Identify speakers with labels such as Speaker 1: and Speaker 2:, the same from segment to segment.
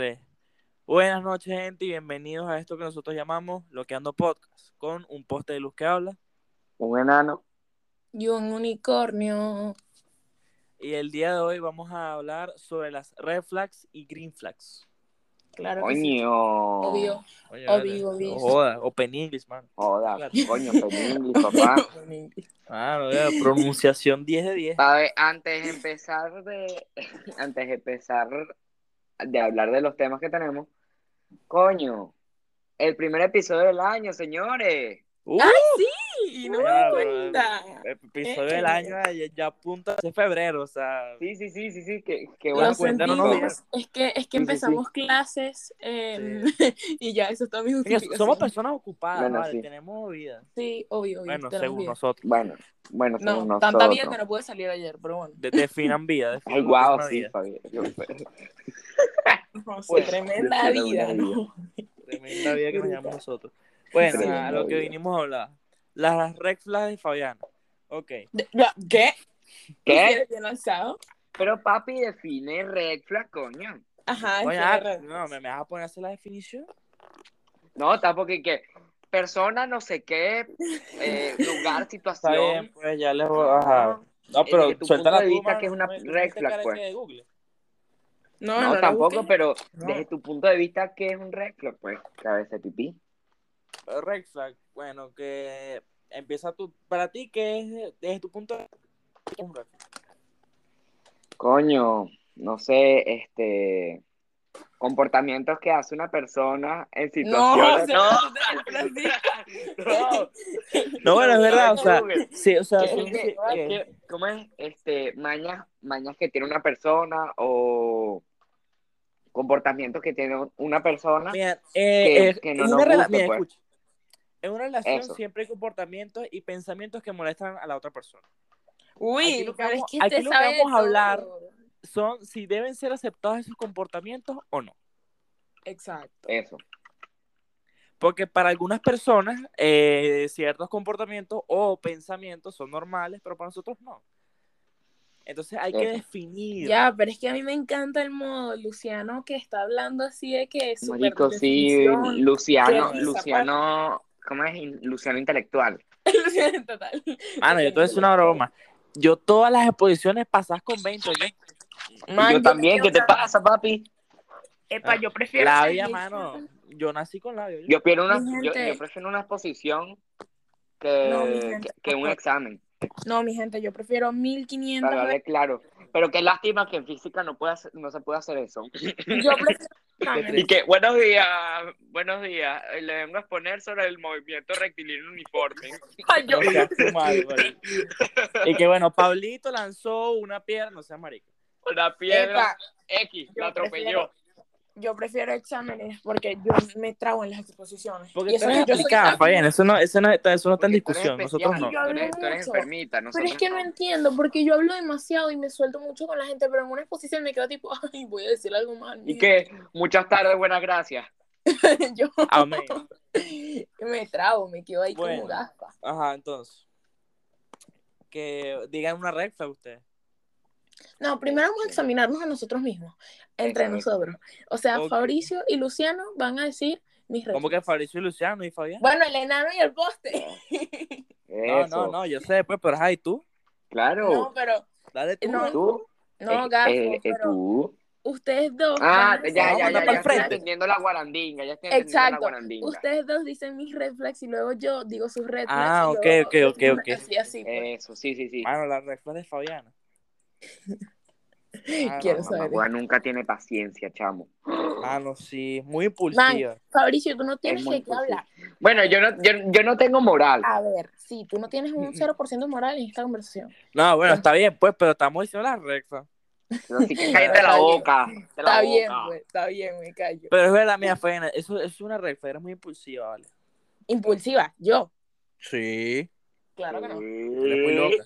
Speaker 1: 3. Buenas noches, gente, y bienvenidos a esto que nosotros llamamos Loqueando Podcast, con un poste de luz que habla.
Speaker 2: Un enano.
Speaker 3: Y un unicornio.
Speaker 1: Y el día de hoy vamos a hablar sobre las red flags y green flags.
Speaker 3: Claro que sí.
Speaker 2: Coño. Oh,
Speaker 3: Obvio.
Speaker 1: Oye,
Speaker 3: Obvio, obvio.
Speaker 1: No joda, open English, man.
Speaker 2: Joda,
Speaker 1: Claro.
Speaker 2: coño, pendiente, papá.
Speaker 1: Claro, vea, pronunciación 10 de 10.
Speaker 2: A ver, antes de empezar de antes de empezar de hablar de los temas que tenemos, coño, el primer episodio del año, señores.
Speaker 1: Uh,
Speaker 3: Y no me
Speaker 1: Claro,
Speaker 3: di cuenta.
Speaker 1: episodio del año eh, ya, ya apunta a febrero, o sea.
Speaker 2: Sí, sí, sí, sí, sí, que, que
Speaker 1: Lo
Speaker 2: bueno,
Speaker 3: Lo
Speaker 1: cuenta, no
Speaker 3: sentimos.
Speaker 1: nos
Speaker 3: es que, es
Speaker 2: sí.
Speaker 3: que empezamos clases eh, y ya, eso está mi
Speaker 1: Oye,
Speaker 3: justificación.
Speaker 1: somos personas ocupadas,
Speaker 2: Bueno,
Speaker 1: vale,
Speaker 2: sí.
Speaker 1: tenemos vida.
Speaker 3: Sí, obvio, obvio.
Speaker 1: Bueno,
Speaker 3: tenemos
Speaker 1: según
Speaker 3: vida.
Speaker 1: nosotros.
Speaker 2: bueno, bueno,
Speaker 3: No,
Speaker 2: somos
Speaker 3: tanta
Speaker 2: nosotros.
Speaker 3: vida que no pude salir ayer, pero bueno.
Speaker 1: De- definan vida. definan
Speaker 2: Ay,
Speaker 1: lo que
Speaker 2: guau,
Speaker 1: es una
Speaker 2: sí,
Speaker 1: vida.
Speaker 2: Fabi. Yo-
Speaker 3: No, sí,
Speaker 1: pues,
Speaker 2: Bueno,
Speaker 3: tremenda
Speaker 2: yo
Speaker 3: vida,
Speaker 2: quiero una
Speaker 3: ¿no?
Speaker 1: Tremenda vida que nos llamamos nosotros. Bueno,
Speaker 2: Tremenda
Speaker 1: a lo que
Speaker 2: vida.
Speaker 1: vinimos a hablar. Las red flags de Fabiana. Ok.
Speaker 3: De- ya, ¿Qué?
Speaker 2: ¿Qué?
Speaker 3: ¿Bien lanzado?
Speaker 2: Pero papi define red flag, coño.
Speaker 3: Ajá,
Speaker 1: Oye,
Speaker 3: es
Speaker 1: ah,
Speaker 3: verdad.
Speaker 1: no, ¿me, me vas a poner a hacer la definición?
Speaker 2: No, tampoco que, que persona no sé qué, eh, lugar,
Speaker 1: Está
Speaker 2: situación.
Speaker 1: bien, pues ya les voy a bajar. No,
Speaker 2: Desde
Speaker 1: pero
Speaker 2: tu
Speaker 1: suelta
Speaker 2: punto
Speaker 1: la
Speaker 2: de vista, que es una red flag, pues.
Speaker 3: No,
Speaker 2: No,
Speaker 3: no, lo
Speaker 2: tampoco,
Speaker 3: busques.
Speaker 2: pero
Speaker 1: No.
Speaker 2: desde tu punto de vista, ¿qué es un red flag, pues? Cabeza de pipí.
Speaker 1: Red flag, bueno, que empieza tú. Para ti, ¿qué es desde tu punto de vista?
Speaker 2: Coño, no sé, este. Comportamientos que hace una persona en situaciones.
Speaker 3: se-
Speaker 2: no.
Speaker 1: No, bueno, es verdad, o sea,
Speaker 2: Google.
Speaker 1: sí, o sea,
Speaker 2: ¿Qué-
Speaker 1: sí,
Speaker 2: qué-
Speaker 1: sí, eh,
Speaker 2: qué-
Speaker 1: que-
Speaker 2: ¿Cómo es? Este, mañas, mañas que tiene una persona o comportamientos que tiene una persona.
Speaker 1: Mira,
Speaker 2: que-
Speaker 1: eh, eh,
Speaker 2: que no
Speaker 1: en
Speaker 2: nos
Speaker 1: una rela-
Speaker 2: gusta,
Speaker 1: mira,
Speaker 2: pues.
Speaker 1: escucha. En una relación
Speaker 2: Eso.
Speaker 1: siempre hay comportamientos y pensamientos que molestan a la otra persona. Aquí
Speaker 3: Uy,
Speaker 1: lo que
Speaker 3: pero es
Speaker 1: vamos-
Speaker 3: que
Speaker 1: aquí
Speaker 3: usted
Speaker 1: lo que
Speaker 3: sabe de
Speaker 1: vamos a
Speaker 3: todo.
Speaker 1: hablar- Son si deben ser aceptados esos comportamientos o no.
Speaker 3: Exacto.
Speaker 2: Eso.
Speaker 1: Porque para algunas personas eh, ciertos comportamientos o pensamientos son normales, pero para nosotros no. Entonces hay que
Speaker 2: Eso.
Speaker 1: definir.
Speaker 3: Ya, pero es que a mí me encanta el modo Luciano que está hablando así de que es súper
Speaker 2: Marico, sí,
Speaker 3: definición.
Speaker 2: Luciano,
Speaker 1: Sí, esa
Speaker 2: Luciano, ¿cómo es? In- Luciano intelectual.
Speaker 3: Luciano total.
Speaker 1: Mano, Ah, yo todo es una broma. Yo todas las exposiciones pasas con 20. oye.
Speaker 2: Y yo también, ¿qué te pasa, papi?
Speaker 1: Epa,
Speaker 3: yo prefiero.
Speaker 1: Labia, mano. Yo nací con labia. oye.
Speaker 2: Yo prefiero una,
Speaker 3: Mi
Speaker 2: yo,
Speaker 3: gente.
Speaker 2: yo prefiero una exposición que,
Speaker 3: No, mi gente,
Speaker 2: que- que un examen,
Speaker 3: No, mi gente, yo prefiero 1500.
Speaker 2: para darle claro. Pero qué lástima que en física no, pueda hacer- no se puede hacer eso.
Speaker 3: Yo prefiero.
Speaker 2: Y que, buenos días, buenos días, le vengo a exponer sobre el movimiento rectilíneo uniforme.
Speaker 3: Ay, yo-
Speaker 1: No seas tu madre, marico. Y que bueno, Pablito lanzó una pierna, o sea, marico.
Speaker 2: Una
Speaker 3: Epa,
Speaker 2: X,
Speaker 3: la yo atropelló. yo prefiero exámenes porque yo me trago en las exposiciones.
Speaker 1: Porque
Speaker 3: Y
Speaker 1: tú
Speaker 3: eso
Speaker 1: eres
Speaker 3: que yo soy
Speaker 1: aplicada,
Speaker 3: tan-
Speaker 1: Fabián. Eso no, eso no, está- eso no está en discusión. Nosotros no.
Speaker 3: Yo hablo
Speaker 2: Tú eres, tú eres
Speaker 3: mucho.
Speaker 2: enfermita,
Speaker 3: Pero
Speaker 2: nosotros
Speaker 3: es que no entiendo, porque yo hablo demasiado y me suelto mucho con la gente, pero en una exposición me quedo tipo, ay, voy a decir algo mal.
Speaker 2: Y que muchas tardes, buenas gracias.
Speaker 3: yo
Speaker 1: Amén.
Speaker 3: me trago, me quedo ahí
Speaker 1: Bueno.
Speaker 3: como gaspa.
Speaker 1: Ajá, entonces. Que digan una red flag ustedes.
Speaker 3: No, primero vamos a examinarnos a nosotros mismos, entre
Speaker 2: Exacto.
Speaker 3: nosotros. O sea,
Speaker 1: Ok.
Speaker 3: Fabricio y Luciano van a decir mis retos.
Speaker 1: ¿Cómo que Fabricio y Luciano y Fabián?
Speaker 3: Bueno, el enano y el poste.
Speaker 1: No,
Speaker 2: Eso,
Speaker 1: no, no, yo sé, pues, pero ay, tú.
Speaker 2: claro.
Speaker 3: no, pero,
Speaker 1: Dale tú.
Speaker 3: No,
Speaker 2: Tú,
Speaker 3: no,
Speaker 2: eh,
Speaker 3: Gafo,
Speaker 2: eh, eh,
Speaker 3: pero
Speaker 2: tú.
Speaker 3: ustedes dos.
Speaker 2: Ah,
Speaker 3: van
Speaker 2: ya,
Speaker 3: a decir-
Speaker 2: ya,
Speaker 1: No,
Speaker 2: ya,
Speaker 1: manda
Speaker 2: ya,
Speaker 1: pa'l
Speaker 2: estoy
Speaker 1: frente.
Speaker 2: entendiendo la guarandinga, ya estoy entendiendo la
Speaker 3: Exacto.
Speaker 2: guarandinga.
Speaker 3: Ustedes dos dicen mis red flags y luego yo digo sus red flags.
Speaker 1: Ah,
Speaker 3: y
Speaker 1: ok,
Speaker 3: luego-
Speaker 1: ok, ok, ok.
Speaker 3: Así, así. pues.
Speaker 2: Eso, sí, sí, sí.
Speaker 1: Mano, la red flag de Fabiana.
Speaker 2: Eh,
Speaker 1: Ah,
Speaker 3: Quiero
Speaker 1: no,
Speaker 3: saber.
Speaker 2: Mamá hueva nunca tiene paciencia, chamo.
Speaker 1: Ah, no, sí, muy impulsiva.
Speaker 3: Fabricio, tú no tienes
Speaker 2: Es muy
Speaker 3: de qué hablar. Ah.
Speaker 2: Bueno, yo no, yo, yo no tengo moral.
Speaker 3: A ver, sí, tú no tienes un 0% moral en esta conversación.
Speaker 1: No, bueno, está bien, pues, pero estamos diciendo la red flag.
Speaker 2: Así que cállate la
Speaker 3: Está bien.
Speaker 2: boca. cállate la
Speaker 3: Está bien,
Speaker 2: boca.
Speaker 3: pues, está bien, me callo.
Speaker 1: Pero es verdad, mira, Fabiana, eso, eso es una red flag, eres muy impulsiva, ¿vale?
Speaker 3: Impulsiva, yo.
Speaker 1: Sí.
Speaker 3: Claro que no.
Speaker 1: Eres muy loca.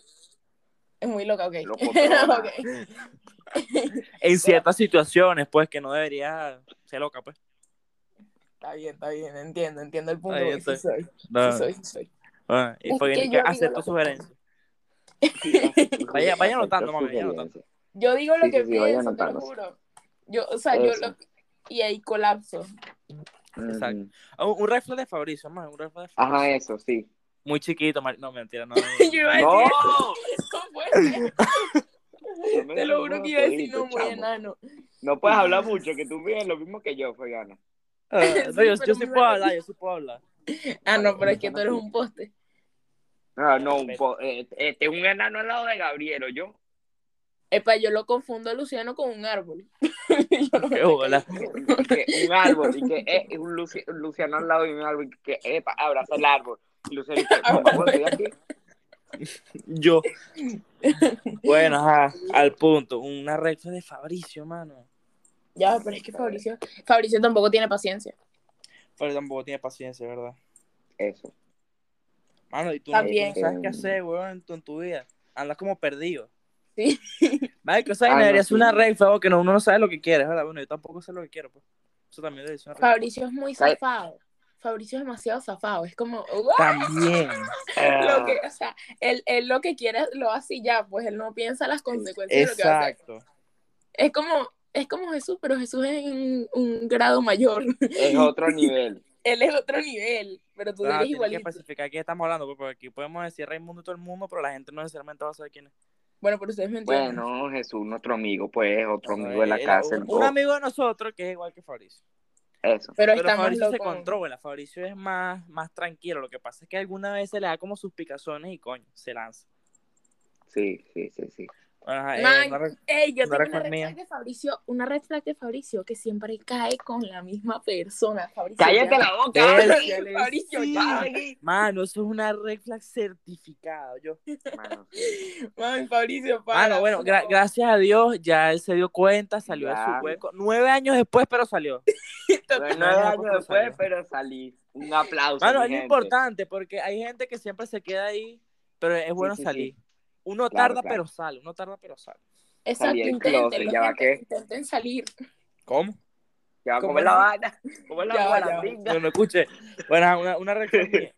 Speaker 3: Es muy loca, ok.
Speaker 2: Locotrona.
Speaker 3: Ok.
Speaker 1: En ciertas situaciones, pues, que no debería ser loca, pues.
Speaker 3: Está bien, está bien, entiendo, entiendo el punto.
Speaker 1: Ahí
Speaker 3: güey,
Speaker 1: está.
Speaker 3: Sí soy, sí soy, sí soy.
Speaker 1: Ah, y
Speaker 3: Es
Speaker 1: Fabiana,
Speaker 3: que
Speaker 1: que
Speaker 3: yo
Speaker 1: acepto
Speaker 3: digo lo-
Speaker 1: sugerencias. Vaya-
Speaker 2: Vaya,
Speaker 1: vaya anotando, mami, vaya anotando.
Speaker 3: Yo digo lo
Speaker 2: Sí,
Speaker 3: que
Speaker 2: sí, sí, vaya
Speaker 3: pienso, te lo
Speaker 2: anotando.
Speaker 3: juro. Yo, o sea, yo
Speaker 2: Eso.
Speaker 3: lo, y ahí colapso.
Speaker 1: Exacto.
Speaker 2: Ujú.
Speaker 1: Ah, Un, un red flag de Fabricio, más, un red flag de Fabricio.
Speaker 2: Ajá, eso, sí.
Speaker 1: Muy chiquito, mar- no, mentira, no.
Speaker 3: Yo iba a
Speaker 2: ¡No!
Speaker 3: decir, no puede ser. Te lo juro que iba a decir, no, muy
Speaker 2: Chamo.
Speaker 3: enano.
Speaker 2: No puedes hablar mucho, que tú vives lo mismo que yo, Fegana.
Speaker 1: Ah, no, yo, yo
Speaker 3: pero
Speaker 1: sí
Speaker 3: muy
Speaker 1: puedo
Speaker 3: raro.
Speaker 1: hablar, yo sí puedo hablar.
Speaker 3: Ah, no, pero es que tú eres un poste.
Speaker 2: No, no, un po- eh, este es un enano al lado de Gabriel, ¿o yo?
Speaker 3: Epa, yo lo confundo a Luciano con un árbol. Yo no me
Speaker 1: Qué
Speaker 3: estoy
Speaker 1: bola.
Speaker 2: Que un árbol, y que eh, y un Luci- un Luciano al lado de un árbol, y que epa, abraza el árbol. Y Luciano, y que, "Mamá, bueno, estoy aquí".
Speaker 1: Yo. Bueno, ajá, al punto. Una red flag de Fabricio, mano.
Speaker 3: Ya, pero es que Fabricio, Fabricio tampoco tiene paciencia.
Speaker 1: Pero tampoco tiene paciencia, ¿verdad?
Speaker 2: Eso.
Speaker 1: Mano, y tú
Speaker 3: También.
Speaker 1: no, tú no sabes qué hacer, weón, en tu, en tu vida. Andas como perdido.
Speaker 3: Sí.
Speaker 1: Vale, que esa
Speaker 2: Ah,
Speaker 1: vaina
Speaker 2: no,
Speaker 1: debería
Speaker 2: sí.
Speaker 1: ser una red flag, que no, uno no sabe lo que quiere, ¿verdad? Bueno, yo tampoco sé lo que quiero, pues. Eso también debería ser una red flag.
Speaker 3: Fabricio es muy
Speaker 2: Ay.
Speaker 3: zafado. Fabricio es demasiado zafado. Es como, "Uah",
Speaker 1: También. Ah.
Speaker 2: Ah,
Speaker 3: lo que, o sea, él, él lo que quiere lo hace y ya, pues él no piensa las consecuencias de lo que va a hacer.
Speaker 1: Exacto.
Speaker 3: Es como, es como Jesús, pero Jesús es un, un grado mayor.
Speaker 2: Es otro nivel.
Speaker 3: él es otro nivel, pero
Speaker 1: Ah,
Speaker 3: tú eres
Speaker 1: tienes que
Speaker 3: igualito.
Speaker 1: especificar quién estamos hablando, pues, porque aquí podemos decir Raimundo y todo el mundo, pero la gente no necesariamente va a saber quién es.
Speaker 3: Bueno, pero ustedes me entienden.
Speaker 2: Bueno, Jesús, nuestro amigo, pues, otro amigo de la
Speaker 1: Era
Speaker 2: casa.
Speaker 1: Un,
Speaker 2: ¿no?
Speaker 1: un amigo de nosotros que es igual que Fabricio.
Speaker 2: Eso.
Speaker 3: pero
Speaker 1: Pero
Speaker 3: estamos
Speaker 1: Fabricio se
Speaker 3: locos.
Speaker 1: controla, Fabricio es más, más tranquilo. Lo que pasa es que alguna vez se le da como sus picazones y coño, se lanza.
Speaker 2: Sí, sí, sí, sí.
Speaker 1: Bueno, ajá, eh,
Speaker 3: Man,
Speaker 1: una re-
Speaker 3: Ey, yo
Speaker 1: No
Speaker 3: tengo
Speaker 1: era
Speaker 3: una red
Speaker 1: conmigo.
Speaker 3: flag de Fabricio, una red flag de Fabricio que siempre cae con la misma persona. Fabricio,
Speaker 2: ¡Cállate
Speaker 3: ya.
Speaker 2: la boca!
Speaker 1: Del-
Speaker 2: Ángel.
Speaker 1: del-
Speaker 3: Fabricio,
Speaker 1: sí.
Speaker 3: ya.
Speaker 1: Mano, eso es una red flag certificada. Yo.
Speaker 2: Mano, sí.
Speaker 3: Ay, Fabricio, para.
Speaker 1: Mano, bueno,
Speaker 3: por
Speaker 1: gra-
Speaker 3: favor.
Speaker 1: gracias a Dios, ya él se dio cuenta, salió de
Speaker 2: Ya.
Speaker 1: su hueco. Nueve años después, pero salió.
Speaker 2: Bueno,
Speaker 1: Nueve años
Speaker 3: pues,
Speaker 2: años
Speaker 1: después
Speaker 2: después,
Speaker 1: salió.
Speaker 2: pero salí. Un aplauso.
Speaker 1: Mano,
Speaker 2: mi
Speaker 1: es lo
Speaker 2: gente.
Speaker 1: importante porque hay gente que siempre se queda ahí, pero es bueno
Speaker 2: sí, sí.
Speaker 1: salir. Uno
Speaker 2: Claro,
Speaker 1: tarda,
Speaker 2: claro.
Speaker 1: pero sale. Uno tarda, pero sale.
Speaker 3: Exacto,
Speaker 2: salí del
Speaker 3: intenten,
Speaker 2: closet, ya va que-
Speaker 3: intenten salir.
Speaker 1: ¿Cómo?
Speaker 2: Ya va a
Speaker 1: ¿Cómo
Speaker 2: comer
Speaker 1: no?
Speaker 2: la vaina. ¿Cómo es la
Speaker 3: Ya va,
Speaker 2: vaina,
Speaker 3: ya va.
Speaker 2: pinga?
Speaker 1: No, no escuché. Bueno, ajá, una, una red flag mía.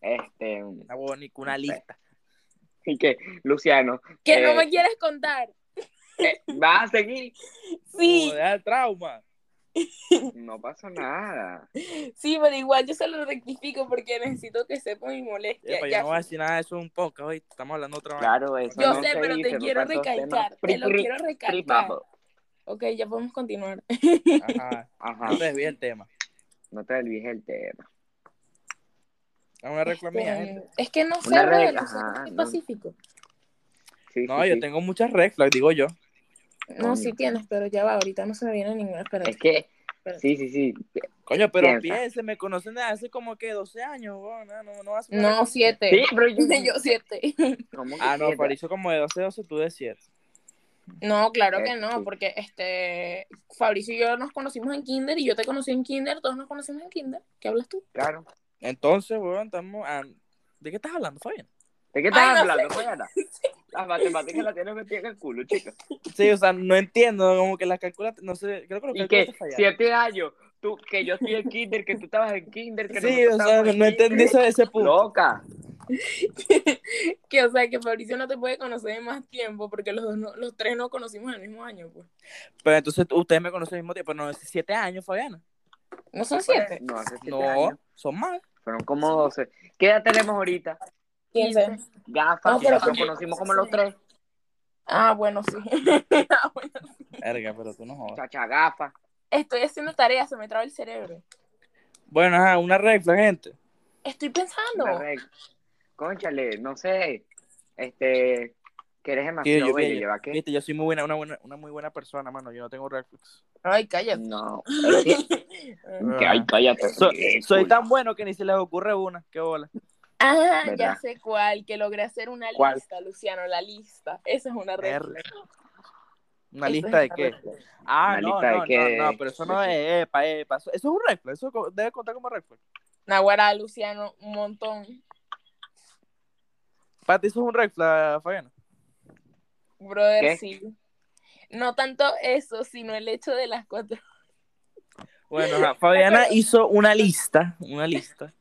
Speaker 2: Este.
Speaker 1: Una bonica, una lista.
Speaker 2: Y que, Luciano,
Speaker 3: Que no
Speaker 2: Eh.
Speaker 3: me quieres contar.
Speaker 2: eh, ¿vas a seguir?
Speaker 3: Sí,
Speaker 1: Joder, el ah, trauma.
Speaker 2: No pasa nada.
Speaker 3: sí, pero igual yo se lo rectifico porque necesito que sepa mi molestia.
Speaker 1: Epa,
Speaker 3: ya.
Speaker 1: yo no voy a decir nada de eso en un podcast hoy. Estamos hablando otra vez.
Speaker 2: Claro, eso
Speaker 3: Yo
Speaker 2: no
Speaker 3: sé,
Speaker 2: se
Speaker 3: pero
Speaker 2: dice,
Speaker 3: te quiero
Speaker 2: papá, esos
Speaker 3: recalcar.
Speaker 2: temas-
Speaker 3: Te lo
Speaker 2: Pri, pri,
Speaker 3: quiero
Speaker 2: pri,
Speaker 3: recalcar.
Speaker 2: bajo.
Speaker 3: Ok, ya podemos continuar.
Speaker 1: Ajá.
Speaker 2: Ajá,
Speaker 1: No te desvíes el tema.
Speaker 2: no te desvíes el tema.
Speaker 1: Es una red flag mía, gente.
Speaker 3: Eh, es que no sé,
Speaker 2: Una
Speaker 3: brother,
Speaker 2: regla,
Speaker 3: tú sabes
Speaker 2: ajá,
Speaker 3: que es
Speaker 2: no.
Speaker 3: pacífico.
Speaker 2: Sí,
Speaker 1: No,
Speaker 2: sí,
Speaker 1: yo
Speaker 2: sí.
Speaker 1: tengo muchas red flags, digo yo.
Speaker 3: No, sí tienes, pero ya va, ahorita no se me viene ninguna. Espérate.
Speaker 2: Es que, sí, sí, sí.
Speaker 1: Coño, pero
Speaker 2: Piensa.
Speaker 1: piense, me conocen desde hace como que 12 años, weón. No, no, no hace
Speaker 3: No, siete.
Speaker 2: Sí, pero yo...
Speaker 3: Yo siete.
Speaker 2: ¿Cómo que
Speaker 1: Ah, no,
Speaker 2: siete?
Speaker 1: Fabricio como de 12, 12, tú de 7.
Speaker 3: No, claro que
Speaker 2: Eh,
Speaker 3: no,
Speaker 2: sí.
Speaker 3: porque este Fabricio y yo nos conocimos en Kinder y yo te conocí en Kinder, todos nos conocimos en Kinder. ¿Qué hablas tú?
Speaker 2: Claro.
Speaker 1: Entonces, weón, estamos... ah, ¿De qué estás hablando, Fabián?
Speaker 2: ¿De qué estás
Speaker 3: Ay, no sé.
Speaker 2: hablando, Fayana? Las matemáticas las tienes metidas en el culo, chica.
Speaker 1: Sí, o sea, no entiendo, como que las calculas, no sé, creo que los
Speaker 2: Y
Speaker 1: cálculos
Speaker 2: que
Speaker 1: te fallaron.
Speaker 2: siete años, tú, que yo estoy en kinder, que tú estabas en kinder, que
Speaker 1: Sí,
Speaker 2: nosotros
Speaker 1: o sea,
Speaker 2: estábamos
Speaker 1: no,
Speaker 2: en
Speaker 1: no
Speaker 2: kinder.
Speaker 1: entendí eso de ese punto.
Speaker 2: Loca.
Speaker 3: Que o sea, que Fabricio no te puede conocer de más tiempo porque los dos no- los tres nos conocimos el mismo año, pues.
Speaker 1: Pero entonces tú- ustedes me conocen al mismo tiempo, no, hace 7 años, Fabiana.
Speaker 3: No
Speaker 1: Pues,
Speaker 3: son siete.
Speaker 2: Pues, No, hace siete
Speaker 1: No,
Speaker 2: años.
Speaker 1: son más.
Speaker 2: Fueron como doce. ¿Qué edad tenemos ahorita?
Speaker 3: Quince.
Speaker 2: Gafas,
Speaker 3: No,
Speaker 2: y
Speaker 3: pero
Speaker 2: nos
Speaker 3: también-
Speaker 2: conocimos como los tres.
Speaker 3: Ah, bueno, sí. Ah, bueno.
Speaker 1: Verga, pero tú no jodas.
Speaker 2: Chacha, gafas.
Speaker 3: Estoy haciendo tareas, se me traba el cerebro.
Speaker 1: Bueno, ajá, una red flag, gente.
Speaker 3: Estoy pensando.
Speaker 2: La red. Cónchale, no sé. Este. Que eres demasiado
Speaker 1: yo-
Speaker 2: bello,
Speaker 1: yo-
Speaker 2: ¿lleva qué?
Speaker 1: Viste, yo soy muy buena, una, buena, una muy buena persona, mano, yo no tengo red flags.
Speaker 3: Ay, cállate.
Speaker 2: No. es que- que, ay, cállate.
Speaker 1: Ah. So-
Speaker 2: ridículo.
Speaker 1: soy tan bueno que ni se les ocurre una, qué bola.
Speaker 3: Ah,
Speaker 2: ¿Verdad?
Speaker 3: ya sé cuál, que logré hacer una
Speaker 2: ¿Cuál?
Speaker 3: lista, Luciano, la lista. Esa es una red.
Speaker 1: Verga. ¿Una
Speaker 3: Eso
Speaker 1: lista
Speaker 3: es
Speaker 1: de
Speaker 3: una
Speaker 1: qué?
Speaker 3: red flag.
Speaker 1: Ah,
Speaker 2: Una
Speaker 1: no,
Speaker 2: lista de
Speaker 1: no,
Speaker 2: qué,
Speaker 1: no, no, pero eso no
Speaker 2: de
Speaker 1: es, epa, epa, eso, eso es un red flag, eso co- debe contar como red flag.
Speaker 3: Naguará, Luciano, un montón.
Speaker 1: Para ti eso es un red flag, Fabiana.
Speaker 3: Brother,
Speaker 2: ¿Qué?
Speaker 3: sí. No tanto eso, sino el hecho de las cuatro.
Speaker 1: Bueno, ajá, Fabiana
Speaker 3: Pero-
Speaker 1: hizo una lista, una lista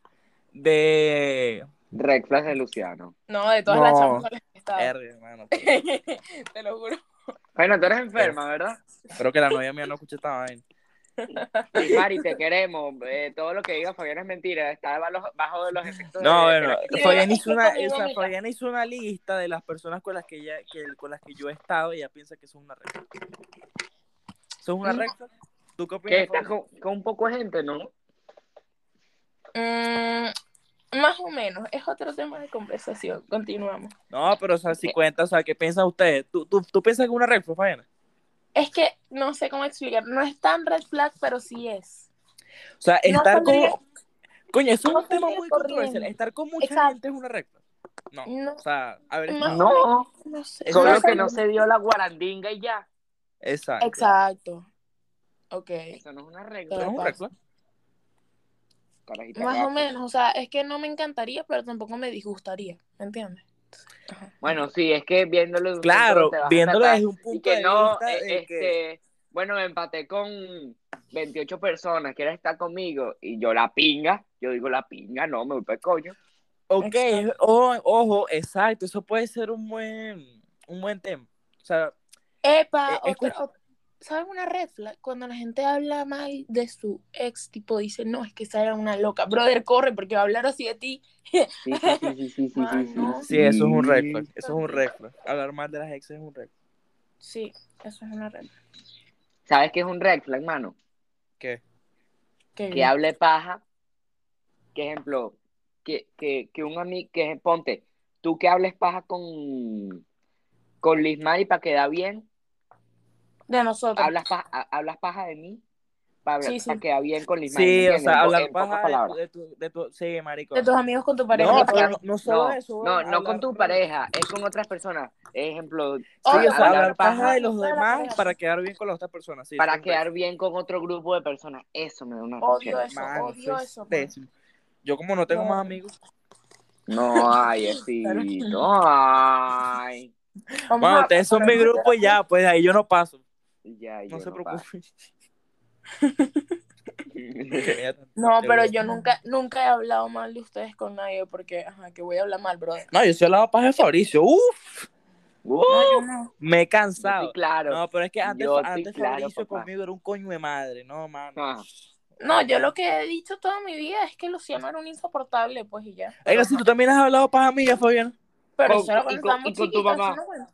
Speaker 1: de...
Speaker 2: Red flags de Luciano.
Speaker 3: No, de todas
Speaker 1: No.
Speaker 3: Ah.
Speaker 1: pues.
Speaker 3: las chamas con las que estaba.
Speaker 1: Verga, hermano, pero-
Speaker 3: Te lo juro.
Speaker 2: Bueno, tú eres enferma, ¿verdad?
Speaker 1: Espero que la novia mía no escuche esta vaina.
Speaker 2: Y Mari, te queremos. Eh, todo lo que diga Fabián es mentira. Está bajo, bajo de los efectos.
Speaker 1: No,
Speaker 2: de- de
Speaker 1: bueno,
Speaker 2: la-
Speaker 3: Pero
Speaker 1: Fabiana
Speaker 3: es
Speaker 1: hizo, una,
Speaker 3: como
Speaker 1: o sea,
Speaker 3: vómita.
Speaker 1: Fabiana hizo una lista de las personas con las que, ella, que- con las que yo he estado y ella piensa que son una recta. ¿Son una
Speaker 3: No.
Speaker 1: recta? ¿Tú qué
Speaker 2: que
Speaker 1: opinas?
Speaker 2: está
Speaker 1: Fabiana?
Speaker 2: con, con poco de gente, ¿no?
Speaker 3: Mm, más o menos, es otro tema de conversación. Continuamos.
Speaker 1: No, pero o sea, si cuenta, o sea, ¿qué piensan ustedes? ¿Tú, tú, tú piensas que es una recta, Fabiana?
Speaker 3: Es que no sé cómo explicar. No es tan red flag, pero sí es.
Speaker 1: O sea,
Speaker 3: No
Speaker 1: estar con...
Speaker 3: saldría-
Speaker 1: Coño, eso es
Speaker 3: no
Speaker 1: un tema
Speaker 3: saldría
Speaker 1: muy
Speaker 3: corriendo.
Speaker 1: controversial. Estar con mucha
Speaker 3: Exacto.
Speaker 1: gente es una recta. No,
Speaker 3: No,
Speaker 1: o sea, a ver,
Speaker 3: No.
Speaker 2: No,
Speaker 3: no sé.
Speaker 1: Eso
Speaker 2: solo
Speaker 1: no
Speaker 2: que
Speaker 3: sé.
Speaker 2: no se dio la guarandinga y ya.
Speaker 1: exacto.
Speaker 3: Exacto. Ok.
Speaker 2: Eso no es una
Speaker 1: ¿Eso
Speaker 2: regla. pues,
Speaker 1: es un
Speaker 3: Exacto.
Speaker 1: recta?
Speaker 2: carajita
Speaker 3: Más o
Speaker 2: gafa.
Speaker 3: menos, o sea, es que no me encantaría, pero tampoco me disgustaría, ¿me entiendes? Ajá.
Speaker 2: Bueno, sí, es que viéndolo. de un punto
Speaker 1: Claro,
Speaker 2: te vas a
Speaker 1: viéndolo
Speaker 2: tratar
Speaker 1: desde un
Speaker 2: y
Speaker 1: punto
Speaker 2: que
Speaker 1: de
Speaker 2: no,
Speaker 1: vista
Speaker 2: eh,
Speaker 1: de que...
Speaker 2: este, bueno, me empaté con 28 personas, ¿quieres estar conmigo? Y yo la pinga, yo digo la pinga, no, me voy para el coño.
Speaker 1: Ok, o- ojo, exacto, eso puede ser un buen, un buen tema. O sea,
Speaker 3: Epa,
Speaker 1: Eh, es
Speaker 3: otra-
Speaker 1: cuest-
Speaker 3: o- ¿sabes una red flag? Cuando la gente habla mal de su ex, tipo dice, no, es que esa era una loca. Brother, corre, porque va a hablar así de ti.
Speaker 2: Sí, sí, sí, sí, sí, sí, sí,
Speaker 3: Mano.
Speaker 1: sí, eso es un red
Speaker 2: sí.
Speaker 1: flag, eso es un red flag. Hablar mal de las exes es un red flag.
Speaker 3: Sí, eso es una red flag.
Speaker 2: ¿Sabes qué es un red flag, mano?
Speaker 1: ¿Qué?
Speaker 3: Qué
Speaker 2: Que
Speaker 3: bien.
Speaker 2: hable paja. Que ejemplo, que, que, que un amigo, que ponte, tú que hables paja con, con Lismari para quedar bien,
Speaker 3: De nosotros.
Speaker 2: hablas paja, ha- hablas paja de mí para,
Speaker 3: Sí, sí.
Speaker 2: quedar bien con Lismari. ¿me
Speaker 1: Sí, o
Speaker 2: entiendes? En
Speaker 1: sea,
Speaker 2: po-
Speaker 1: hablar
Speaker 2: en pocas
Speaker 1: paja de tu,
Speaker 2: palabras.
Speaker 1: de tu, de tu- sí, marico.
Speaker 3: De tus amigos con tu pareja.
Speaker 1: No,
Speaker 2: pareja,
Speaker 1: pero
Speaker 2: claro.
Speaker 1: no, no solo
Speaker 2: No,
Speaker 1: eso.
Speaker 2: no,
Speaker 1: weón,
Speaker 2: no con
Speaker 1: hablar-
Speaker 2: tu pareja, es con otras personas. Ejemplo, sí,
Speaker 1: Sí, o sea,
Speaker 2: Oh, hablar
Speaker 1: hablar paja de los
Speaker 3: Toda la
Speaker 1: demás
Speaker 3: pareja.
Speaker 1: para quedar bien con las otras personas, sí. es
Speaker 2: para
Speaker 1: un
Speaker 2: quedar bien con otro grupo de personas. Eso me da una
Speaker 3: Odio
Speaker 2: rechera.
Speaker 1: red
Speaker 3: eso.
Speaker 1: flag. Mano,
Speaker 3: odio
Speaker 1: eso es
Speaker 3: eso, man.
Speaker 1: pésimo. Yo como no tengo
Speaker 3: No.
Speaker 1: más amigos,
Speaker 2: No, ay, así, no, ay.
Speaker 3: Vamos
Speaker 1: bueno,
Speaker 3: a-
Speaker 1: ustedes son mi grupo y ya, pues ahí yo no paso.
Speaker 2: Ya, yo
Speaker 1: No se
Speaker 2: paso.
Speaker 1: preocupen.
Speaker 3: No, pero
Speaker 1: Eh,
Speaker 3: yo nunca, nunca he hablado mal de ustedes con nadie, porque, ajá, que voy a hablar mal, brother.
Speaker 1: No, yo soy al lado paja de Fabricio. Uf,
Speaker 2: Uh,
Speaker 3: No, yo no.
Speaker 1: me he
Speaker 2: yo
Speaker 1: cansado.
Speaker 2: estoy claro.
Speaker 1: No, pero es que antes,
Speaker 2: Yo
Speaker 1: antes
Speaker 2: estoy claro,
Speaker 1: Fabricio
Speaker 2: papá.
Speaker 1: conmigo era un coño de madre, no, mano.
Speaker 2: Ajá.
Speaker 3: No, yo lo que he dicho toda mi vida es que Luciano era un insoportable, pues y ya.
Speaker 1: Oiga, si tú también has hablado paja mía, Fabián.
Speaker 3: Pero
Speaker 2: Con-
Speaker 3: eso era cuando
Speaker 2: y con-
Speaker 3: estábamos
Speaker 2: y con tu
Speaker 3: chiquitas,
Speaker 2: mamá.
Speaker 3: eso no cuenta.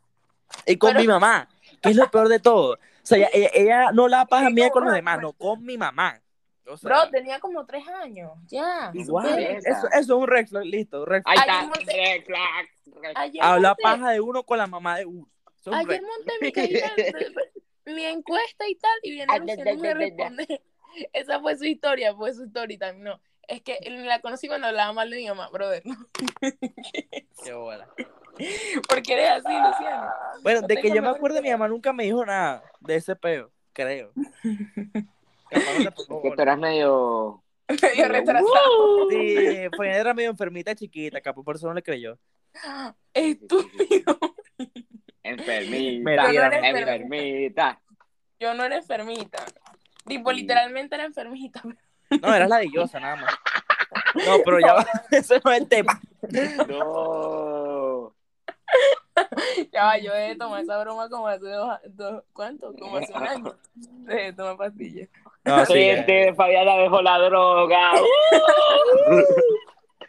Speaker 1: Y con
Speaker 3: Pero-
Speaker 1: mi mamá, que es lo peor de todo. O sea, ella, ella- ella no la paja
Speaker 3: Sí,
Speaker 1: mía
Speaker 3: no,
Speaker 1: con los
Speaker 3: no,
Speaker 1: demás,
Speaker 3: no.
Speaker 1: no, con mi mamá. O sea,
Speaker 3: Bro, tenía como tres años, ya.
Speaker 1: igual.
Speaker 2: Esa.
Speaker 1: Eso, eso es un red flag, listo, un red flag.
Speaker 2: Ahí
Speaker 3: Ayer
Speaker 2: está.
Speaker 3: monté-
Speaker 2: Red flag, red flag.
Speaker 3: Ayer
Speaker 1: Habla
Speaker 3: monté-
Speaker 1: paja de uno con la mamá de uno. Eso es un
Speaker 3: ayer
Speaker 1: red
Speaker 3: monté mi caída, mi encuesta y tal, y viene
Speaker 2: Ah,
Speaker 3: Luciano
Speaker 2: ya,
Speaker 3: y
Speaker 2: ya,
Speaker 3: me
Speaker 2: ya, ya.
Speaker 3: responde. Esa fue su historia, fue su story time, no. Es que la conocí cuando hablaba mal de mi mamá, brother.
Speaker 1: flag. Qué bola.
Speaker 3: Porque eres así, Luciano.
Speaker 1: Bueno,
Speaker 3: No
Speaker 1: de que
Speaker 3: tengo
Speaker 1: yo me
Speaker 3: mejor
Speaker 1: acuerdo, mi
Speaker 3: idea.
Speaker 1: mamá nunca me dijo nada de ese peo, creo. Capaz no le pongo
Speaker 2: Que tú
Speaker 1: bola.
Speaker 2: eras medio.
Speaker 3: Medio retrasado.
Speaker 1: Sí, pues era medio enfermita chiquita, capaz por eso no le creyó.
Speaker 3: Estúpido.
Speaker 1: Mira,
Speaker 2: Enfermita.
Speaker 1: Pero no
Speaker 3: eres enfermita.
Speaker 2: Enfermita.
Speaker 3: Yo no era enfermita. Tipo, literalmente era enfermita.
Speaker 1: No, era ladillosa nada más. No, pero ya va, ese no es el tema.
Speaker 2: No.
Speaker 3: Ya va, yo dejé de tomar esa broma como hace dos, dos- ¿cuánto? Como hace un año. Dejé de tomar pastillas.
Speaker 1: No, Ah, sí, eh. ya.
Speaker 2: Gente, Fabiana dejó Este, la droga.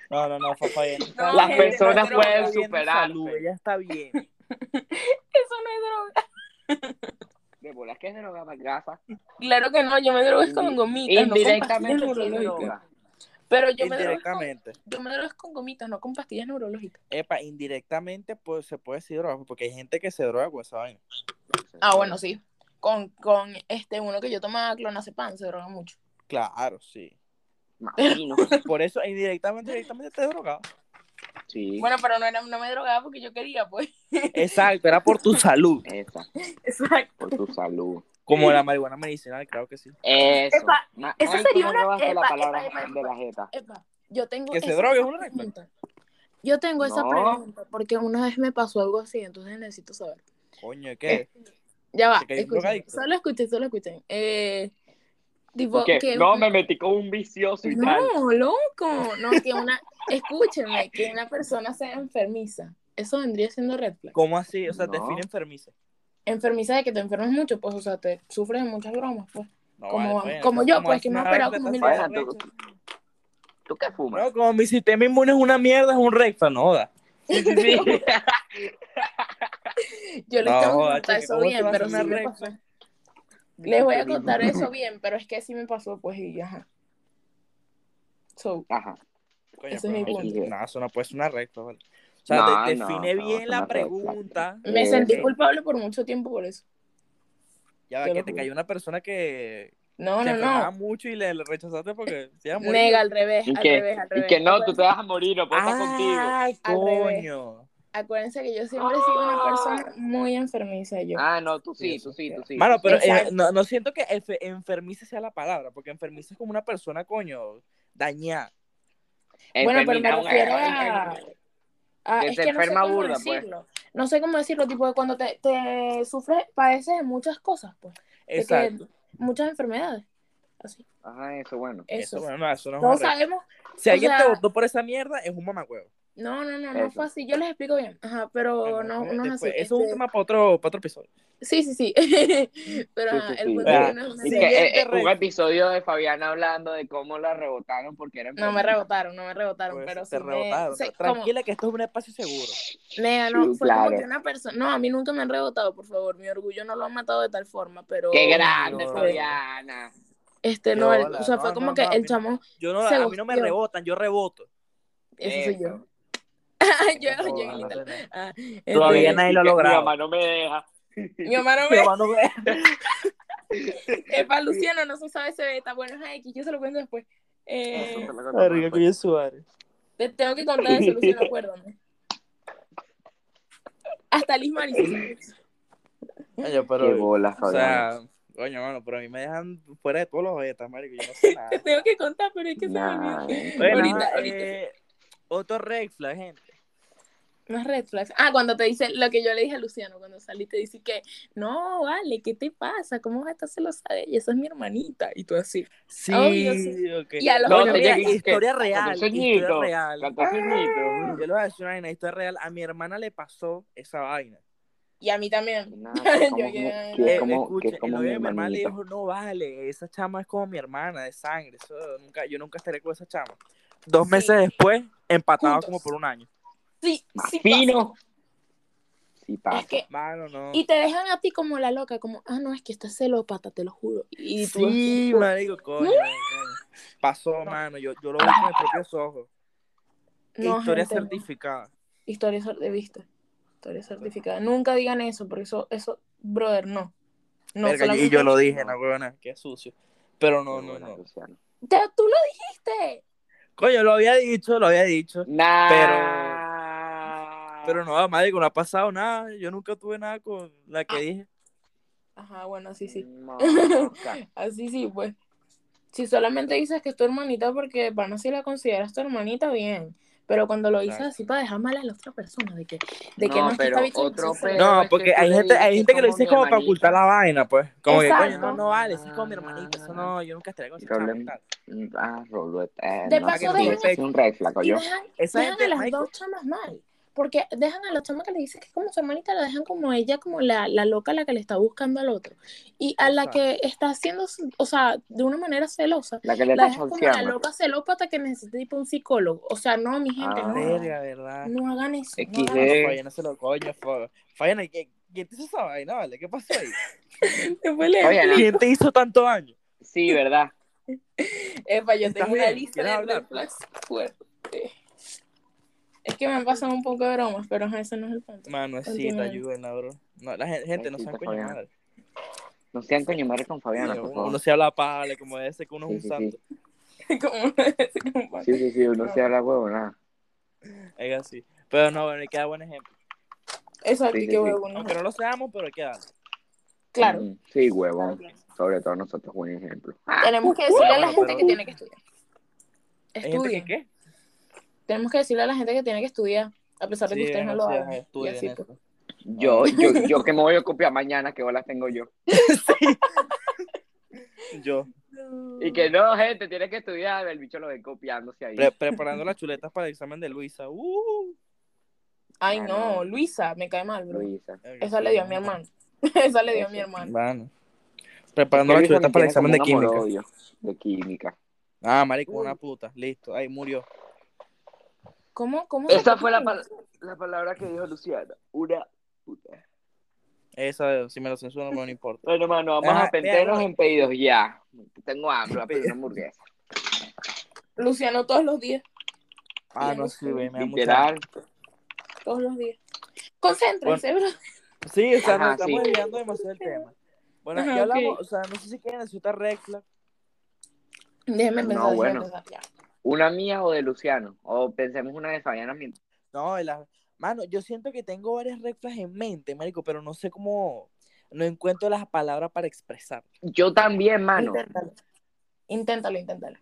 Speaker 1: no, no, no, fue Fabián.
Speaker 3: No,
Speaker 2: Las
Speaker 3: gente, no
Speaker 2: personas
Speaker 3: es
Speaker 1: Pero
Speaker 3: droga,
Speaker 2: pueden
Speaker 1: está bien de
Speaker 2: superarse.
Speaker 1: salud, Ella está bien.
Speaker 3: Eso no es droga.
Speaker 2: De bolas que es droga, más gafa.
Speaker 3: Claro que no, yo me drogué con gomitas. no con
Speaker 2: Indirectamente
Speaker 3: pastillas
Speaker 2: sí es
Speaker 3: neurológicas.
Speaker 2: droga.
Speaker 3: Pero yo me, drogué con,
Speaker 1: Indirectamente.
Speaker 3: yo me drogué con gomitas, no con pastillas neurológicas.
Speaker 1: Epa, indirectamente pues, se puede decir droga, porque hay gente que se droga con esa vaina.
Speaker 3: Ah, bueno, sí. Con, con este uno que yo tomaba, clonazepam, se droga mucho.
Speaker 1: Claro, sí.
Speaker 2: Imagino.
Speaker 1: Por eso, indirectamente, directamente te drogado.
Speaker 2: Sí.
Speaker 3: Bueno, pero no, era, no me drogaba porque yo quería, pues.
Speaker 1: Exacto, era por tu salud.
Speaker 2: Esa,
Speaker 3: Exacto.
Speaker 2: por tu salud.
Speaker 1: Como la marihuana medicinal, claro que sí.
Speaker 2: Eso.
Speaker 3: Epa,
Speaker 2: Ma-
Speaker 3: esa
Speaker 2: Ay,
Speaker 3: sería
Speaker 2: tú me
Speaker 3: una-
Speaker 2: robaste la
Speaker 3: epa,
Speaker 2: palabra
Speaker 3: epa, epa,
Speaker 2: de la jeta.
Speaker 3: Epa, yo tengo
Speaker 1: Que se
Speaker 3: esa-
Speaker 1: drogue es
Speaker 3: esa
Speaker 1: una red flag.
Speaker 3: pregunta. Yo tengo esa
Speaker 2: No.
Speaker 3: pregunta porque una vez me pasó algo así, entonces necesito saber.
Speaker 1: Coño,
Speaker 3: Eh,
Speaker 1: ¿qué?
Speaker 3: Ya va,
Speaker 1: Que hay un
Speaker 3: escuchen,
Speaker 1: drogadicto.
Speaker 3: solo escuchen, solo escuchen. Eh, tipo
Speaker 2: ¿Qué?
Speaker 3: que
Speaker 2: No, me metí con un vicioso y tal.
Speaker 3: No, loco, no que una escúchenme, que una persona sea enfermiza. Eso vendría siendo red flag.
Speaker 1: ¿Cómo así? O sea,
Speaker 2: No.
Speaker 1: define enfermiza.
Speaker 3: enfermiza de que te enfermas mucho, pues, o sea, te sufres de muchas bromas, pues.
Speaker 1: No,
Speaker 3: Como-
Speaker 1: vale, pues,
Speaker 3: como
Speaker 1: entonces,
Speaker 3: yo,
Speaker 1: ¿cómo
Speaker 3: pues,
Speaker 1: así
Speaker 3: que me he
Speaker 1: vas a
Speaker 3: operado
Speaker 1: dar
Speaker 3: como mil
Speaker 1: tanta
Speaker 2: veces?
Speaker 1: paja, tú?
Speaker 2: ¿Tú qué fumas?
Speaker 1: No, como mi sistema inmune es una mierda, es un recta, no joda.
Speaker 2: Sí, sí, sí.
Speaker 3: Yo les
Speaker 1: No,
Speaker 3: tengo que
Speaker 1: joda,
Speaker 3: contar
Speaker 1: chica,
Speaker 3: eso
Speaker 1: ¿cómo te
Speaker 3: bien,
Speaker 1: vas a
Speaker 3: pero sí
Speaker 1: una
Speaker 3: me
Speaker 1: recta?
Speaker 3: pasó. Les voy a contar eso bien, pero es que sí me pasó, pues, y ajá. So,
Speaker 2: Ajá.
Speaker 1: Coño,
Speaker 3: Ese
Speaker 1: pero
Speaker 3: es mi
Speaker 1: no,
Speaker 2: punto.
Speaker 1: No, eso no puede ser una recta, ¿vale? O sea,
Speaker 2: No,
Speaker 1: de-
Speaker 2: no,
Speaker 1: define
Speaker 2: no,
Speaker 1: bien
Speaker 2: es
Speaker 1: la
Speaker 2: una red flag.
Speaker 1: pregunta.
Speaker 3: me
Speaker 2: Eh,
Speaker 3: sentí
Speaker 1: eh.
Speaker 3: culpable por mucho tiempo por eso.
Speaker 1: Ya va,
Speaker 3: Te
Speaker 1: que
Speaker 3: lo
Speaker 1: te
Speaker 3: juro.
Speaker 1: cayó una persona que
Speaker 3: No,
Speaker 1: se
Speaker 3: no,
Speaker 1: enfermaba
Speaker 3: no.
Speaker 1: mucho y le, le rechazaste porque se iba a morir.
Speaker 3: Nega, al revés,
Speaker 2: Y
Speaker 3: al
Speaker 2: que,
Speaker 3: revés, al
Speaker 2: y
Speaker 3: revés. Ah.
Speaker 2: que no, tú
Speaker 3: Acuérdense-
Speaker 2: te vas a morir, no puedo estar contigo.
Speaker 1: ¡Ay,
Speaker 3: Al revés.
Speaker 1: coño!
Speaker 3: Acuérdense que yo siempre he sido una persona muy enfermiza, yo.
Speaker 2: Ah, no, tú sí,
Speaker 1: Sí,
Speaker 2: tú
Speaker 1: eso
Speaker 2: sí,
Speaker 1: queda.
Speaker 2: tú sí.
Speaker 1: Mano, pero eh,
Speaker 3: Exacto.
Speaker 1: no, no siento que enfe- enfermiza sea la palabra, porque enfermiza es como una persona, coño, dañada.
Speaker 3: Bueno, pero
Speaker 2: Enfermita,
Speaker 3: me
Speaker 2: un-
Speaker 3: refiero a... a-
Speaker 2: Que
Speaker 3: Ah, es
Speaker 2: se
Speaker 3: que no sé
Speaker 2: enferma
Speaker 3: cómo
Speaker 2: burda, pues.
Speaker 3: decirlo. No sé cómo decirlo, tipo de cuando te, te sufres, padeces de muchas cosas, pues. De
Speaker 1: Exacto.
Speaker 3: que muchas enfermedades. Así,
Speaker 2: Ajá, eso bueno.
Speaker 3: eso.
Speaker 1: Eso, bueno, no, eso no es una
Speaker 3: Todos
Speaker 1: recta.
Speaker 3: sabemos.
Speaker 1: Si
Speaker 3: o
Speaker 1: alguien te
Speaker 3: sea-
Speaker 1: votó por esa mierda, es un mamacuevo.
Speaker 3: No, no, no,
Speaker 2: Eso.
Speaker 3: no fue así. Yo les explico bien. Ajá, pero no, no es así.
Speaker 1: Después, pues, Eso es un
Speaker 3: Este,
Speaker 1: tema para otro, para otro episodio.
Speaker 3: Sí, sí, sí. pero
Speaker 2: Sí,
Speaker 3: ajá,
Speaker 2: sí,
Speaker 3: el
Speaker 2: sí.
Speaker 3: punto es
Speaker 1: Ah,
Speaker 3: que no es
Speaker 2: Y
Speaker 1: Sí.
Speaker 2: que
Speaker 3: así.
Speaker 2: eh, eh,
Speaker 1: Siguiente
Speaker 2: un
Speaker 1: red.
Speaker 2: episodio de Fabiana hablando de cómo la rebotaron porque era
Speaker 3: No me
Speaker 2: enfermiza.
Speaker 3: rebotaron, no me rebotaron,
Speaker 1: Pues,
Speaker 3: pero
Speaker 1: te
Speaker 3: sí me-
Speaker 1: rebotaron.
Speaker 3: sí, como-
Speaker 1: Tranquila que esto es un espacio seguro.
Speaker 3: Nega, no,
Speaker 2: Sí,
Speaker 3: fue
Speaker 2: claro.
Speaker 3: como que una persona. No, a mí nunca me han rebotado, por favor. Mi orgullo no lo ha matado de tal forma, pero.
Speaker 2: ¡Qué grande,
Speaker 1: no.
Speaker 2: Fabiana!
Speaker 3: Este, no, el-
Speaker 1: Hola,
Speaker 3: o sea,
Speaker 1: no,
Speaker 3: fue
Speaker 1: no,
Speaker 3: como
Speaker 1: no,
Speaker 3: que
Speaker 1: a
Speaker 3: el
Speaker 1: mí-
Speaker 3: chamo.
Speaker 1: Yo no,
Speaker 3: Se
Speaker 1: a mí no me
Speaker 3: gustió.
Speaker 1: rebotan, yo reboto.
Speaker 3: Eso soy
Speaker 2: Eso.
Speaker 3: yo. yo,
Speaker 1: No,
Speaker 3: yo,
Speaker 1: no,
Speaker 3: Guilita.
Speaker 1: no, no.
Speaker 3: Ah, este,
Speaker 1: Todavía nadie lo ha
Speaker 2: Y que
Speaker 1: logrado.
Speaker 2: Mi mamá no me deja.
Speaker 3: Mi mamá no
Speaker 1: Mi
Speaker 3: me.
Speaker 1: mamá no me-
Speaker 3: Epa, Luciano, no se sabe ese beta. Bueno, es X, yo se lo cuento después. Eh,
Speaker 1: Verga, coño, Suárez.
Speaker 3: Te tengo que contar eso, Luciano, acuérdame. Hasta Liz Mari se sabe.
Speaker 1: Coño,
Speaker 2: ¡Qué
Speaker 1: pero.
Speaker 2: bola,
Speaker 1: O
Speaker 2: Fabiana!
Speaker 1: sea, coño, mano, pero a mí me dejan fuera de todos los betas, marico. Yo no sé nada.
Speaker 3: Te tengo que contar, pero es que se me
Speaker 2: Nah,
Speaker 3: olvidó.
Speaker 1: Bueno,
Speaker 3: Ahorita,
Speaker 1: ajá,
Speaker 3: ahorita.
Speaker 1: eh, otro red flag, gente.
Speaker 3: Más red flags. Ah, cuando te dice lo que yo le dije a Luciano cuando salí, te dice que, no, vale, ¿qué te pasa? ¿Cómo vas a estar celosa de ella? Esa es mi hermanita. Y tú así.
Speaker 1: Sí,
Speaker 3: Obvio, sí.
Speaker 1: ok.
Speaker 3: Y a los
Speaker 1: No,
Speaker 3: otros
Speaker 1: mira,
Speaker 3: días,
Speaker 1: historia real.
Speaker 2: Catorce
Speaker 1: Historia
Speaker 2: añitos.
Speaker 1: real.
Speaker 2: Catorce añitos.
Speaker 1: Yo le voy a decir una vaina, historia real. A mi hermana le pasó esa vaina.
Speaker 3: Y a mí también.
Speaker 2: Nah,
Speaker 3: Yo
Speaker 2: ¿cómo
Speaker 3: que-
Speaker 2: me-
Speaker 1: Eh,
Speaker 2: que es como- que
Speaker 1: escucha,
Speaker 2: es
Speaker 1: el
Speaker 2: como
Speaker 1: novio
Speaker 2: mi
Speaker 1: de mi hermana le
Speaker 2: hermanita.
Speaker 1: dijo, no vale, esa chama es como mi hermana de sangre. eso nunca, yo nunca estaré con esa chama. Dos
Speaker 3: Sí.
Speaker 1: meses después, empatados
Speaker 3: Juntos.
Speaker 1: como por un año.
Speaker 3: Sí, sí. pasa.
Speaker 2: Fino. Sí,
Speaker 3: Es
Speaker 2: pasa.
Speaker 3: que,
Speaker 1: Mano, no.
Speaker 3: y te dejan a ti como la loca, como, ah, no, es que está celópata, te lo juro. Y tú
Speaker 1: Sí,
Speaker 3: así,
Speaker 1: marico, coño, coño. Pasó, mano. Yo, yo lo vi con mis propios ojos.
Speaker 3: no,
Speaker 1: Historia
Speaker 3: gente, no.
Speaker 1: certificada.
Speaker 3: Historia cer- de vista. Historia certificada. Nunca digan eso, porque eso, eso, brother, no. No,
Speaker 1: Verga, y
Speaker 3: solamente-
Speaker 1: yo lo dije,
Speaker 2: No.
Speaker 1: no, huevona, qué sucio. Pero no,
Speaker 2: Qué
Speaker 1: no,
Speaker 2: bola,
Speaker 1: no.
Speaker 2: Luciano.
Speaker 3: Ya, tú lo dijiste.
Speaker 1: Coño, lo había dicho, lo había dicho.
Speaker 2: Nah.
Speaker 1: Pero no, marico, no ha pasado nada. Yo nunca tuve nada con la que
Speaker 3: Ah.
Speaker 1: dije.
Speaker 3: Ajá, bueno, así sí.
Speaker 2: Marica.
Speaker 3: Así sí, pues. Si solamente dices que es tu hermanita, porque para no si la consideras tu hermanita, bien. Pero cuando lo dices
Speaker 1: Claro.
Speaker 3: así para dejar mal a la otra persona, de que, de que
Speaker 2: No,
Speaker 3: no, es que
Speaker 2: pero
Speaker 3: esta bicha
Speaker 2: otro
Speaker 3: se-
Speaker 2: pedo.
Speaker 1: No,
Speaker 2: es que
Speaker 1: porque
Speaker 2: tú
Speaker 1: hay
Speaker 2: le
Speaker 1: gente, hay
Speaker 2: dijiste
Speaker 1: gente que lo
Speaker 2: como
Speaker 1: dice
Speaker 2: mi
Speaker 1: como para
Speaker 2: hermanita.
Speaker 1: ocultar la vaina, pues. Como que, coño,
Speaker 3: Exacto.
Speaker 1: no, no vale, sí, es como mi hermanita. Eso no, yo nunca estaré con esa chama y
Speaker 2: Problema.
Speaker 1: tal.
Speaker 2: Ah, Rolo, eh,
Speaker 3: De
Speaker 2: no,
Speaker 3: paso,
Speaker 2: que
Speaker 1: déjame-
Speaker 2: eso es un red flag,
Speaker 3: Y
Speaker 2: yo.
Speaker 3: dejan,
Speaker 1: Esa
Speaker 3: dejan
Speaker 1: gente,
Speaker 3: a las
Speaker 1: marico,
Speaker 3: dos chamas mal. Porque dejan a la chama que le dice que es como su hermanita, la dejan como ella, como la, la loca, la que le está buscando al otro. Y a la que está haciendo, su- o sea, de una manera celosa,
Speaker 2: La que le
Speaker 3: la
Speaker 2: está
Speaker 3: dejan como la
Speaker 2: chanceando.
Speaker 3: loca celópata que necesita tipo un psicólogo. O sea, no, mi gente,
Speaker 2: Ah. eh.
Speaker 3: no,
Speaker 1: verga, ¿verdad?
Speaker 3: no hagan eso. No
Speaker 2: XD.
Speaker 1: No,
Speaker 3: hagan eso.
Speaker 1: Fabiana se lo coño, fa- Fabiana, ¿qué- ¿quién te hizo esa vaina, vale? ¿Qué pasó ahí?
Speaker 3: Después le-
Speaker 2: Oye, Ana.
Speaker 1: ¿Quién te hizo tanto daño?
Speaker 2: Sí, ¿verdad?
Speaker 3: Epa, yo
Speaker 1: ¿Estás
Speaker 3: tengo una
Speaker 1: bien?
Speaker 3: lista
Speaker 1: ¿Quieres
Speaker 3: de
Speaker 1: hablar?
Speaker 3: red flags fuerte. Es que me han pasado un poco de bromas, pero ajá, ese no es el punto.
Speaker 1: Mano, sí, te
Speaker 3: Continúa.
Speaker 1: ayúdenla, bro. No, la gen- gente, no
Speaker 2: Sí,
Speaker 1: sean
Speaker 2: por
Speaker 1: coño
Speaker 2: favor.
Speaker 1: madre.
Speaker 2: No sean coño madre con Fabiana, por
Speaker 1: Uno, uno
Speaker 2: favor.
Speaker 1: se habla paja, como debe ser que uno es
Speaker 2: Sí,
Speaker 1: un
Speaker 2: sí,
Speaker 1: santo.
Speaker 3: Como- como-
Speaker 2: Sí, sí, sí, uno se habla huevo, nada.
Speaker 1: Es así. Pero no, bueno, hay que dar buen ejemplo.
Speaker 3: Exacto,
Speaker 2: Sí,
Speaker 3: y
Speaker 2: sí,
Speaker 3: qué
Speaker 2: sí.
Speaker 3: huevo, ¿no?
Speaker 1: Aunque no lo seamos, pero hay que darlo.
Speaker 3: Claro.
Speaker 2: Mm, Sí, huevón.
Speaker 3: Claro,
Speaker 2: Sobre todo nosotros, buen ejemplo.
Speaker 3: Tenemos que decirle a la
Speaker 1: Bueno,
Speaker 3: gente
Speaker 1: pero-
Speaker 3: que tiene que estudiar.
Speaker 1: ¿Hay gente que
Speaker 3: Estudien.
Speaker 1: qué?
Speaker 3: Tenemos que decirle a la gente que tiene que estudiar, a pesar de que ustedes no lo
Speaker 1: sí,
Speaker 3: hagan. Y
Speaker 1: estudien
Speaker 3: así,
Speaker 1: eso.
Speaker 3: pues.
Speaker 2: Yo, yo, yo que me voy a copiar mañana, que bolas tengo yo.
Speaker 1: Yo,
Speaker 3: pues.
Speaker 2: Y que no, gente, tienes que estudiar. El bicho lo ve copiándose ahí.
Speaker 1: pre- preparando las chuletas para el examen de Luisa. Uh,
Speaker 3: Ay,
Speaker 2: Ah,
Speaker 3: no,
Speaker 2: no.
Speaker 3: Luisa, me cae mal, bro.
Speaker 2: Luisa.
Speaker 3: Esa le dio a mi hermano. Esa le dio a mi hermano.
Speaker 1: Bueno. Preparando la chuleta para el examen de química.
Speaker 2: química. De química.
Speaker 1: Ah, marico, una puta. Listo, ahí murió.
Speaker 3: ¿Cómo? ¿Cómo?
Speaker 2: Esa
Speaker 3: se-
Speaker 2: fue la, pal- la palabra que dijo Luciana. Una puta.
Speaker 1: Esa, si me lo censuran, no me importa.
Speaker 2: Bueno, hermano, vamos
Speaker 1: Ajá,
Speaker 2: a penteros
Speaker 1: vean.
Speaker 2: en pedidos ya. Tengo hambre, voy a pedir una hamburguesa.
Speaker 3: Luciano todos los días.
Speaker 1: Ah, no, sí, güey, me da mucha
Speaker 2: Literal.
Speaker 3: Todos los días. Concéntrense, bro.
Speaker 1: Sí, o sea,
Speaker 2: Ajá,
Speaker 1: nos estamos
Speaker 2: sí.
Speaker 1: desviando demasiado del tema. Bueno,
Speaker 3: Ajá,
Speaker 1: ya hablamos,
Speaker 3: ok.
Speaker 1: o sea, no sé si quieren decir otra red flag.
Speaker 3: Déjenme
Speaker 2: No,
Speaker 3: pensar. déjenme
Speaker 2: bueno.
Speaker 3: pensar, ya.
Speaker 2: Una mía o de Luciano. O pensemos una de Fabiana mientras.
Speaker 1: No, de la- mano, yo siento que tengo varias red flags en mente, marico, pero no sé cómo, no encuentro las palabras para expresar.
Speaker 2: Yo también, mano.
Speaker 3: Inténtalo. Inténtalo, inténtalo.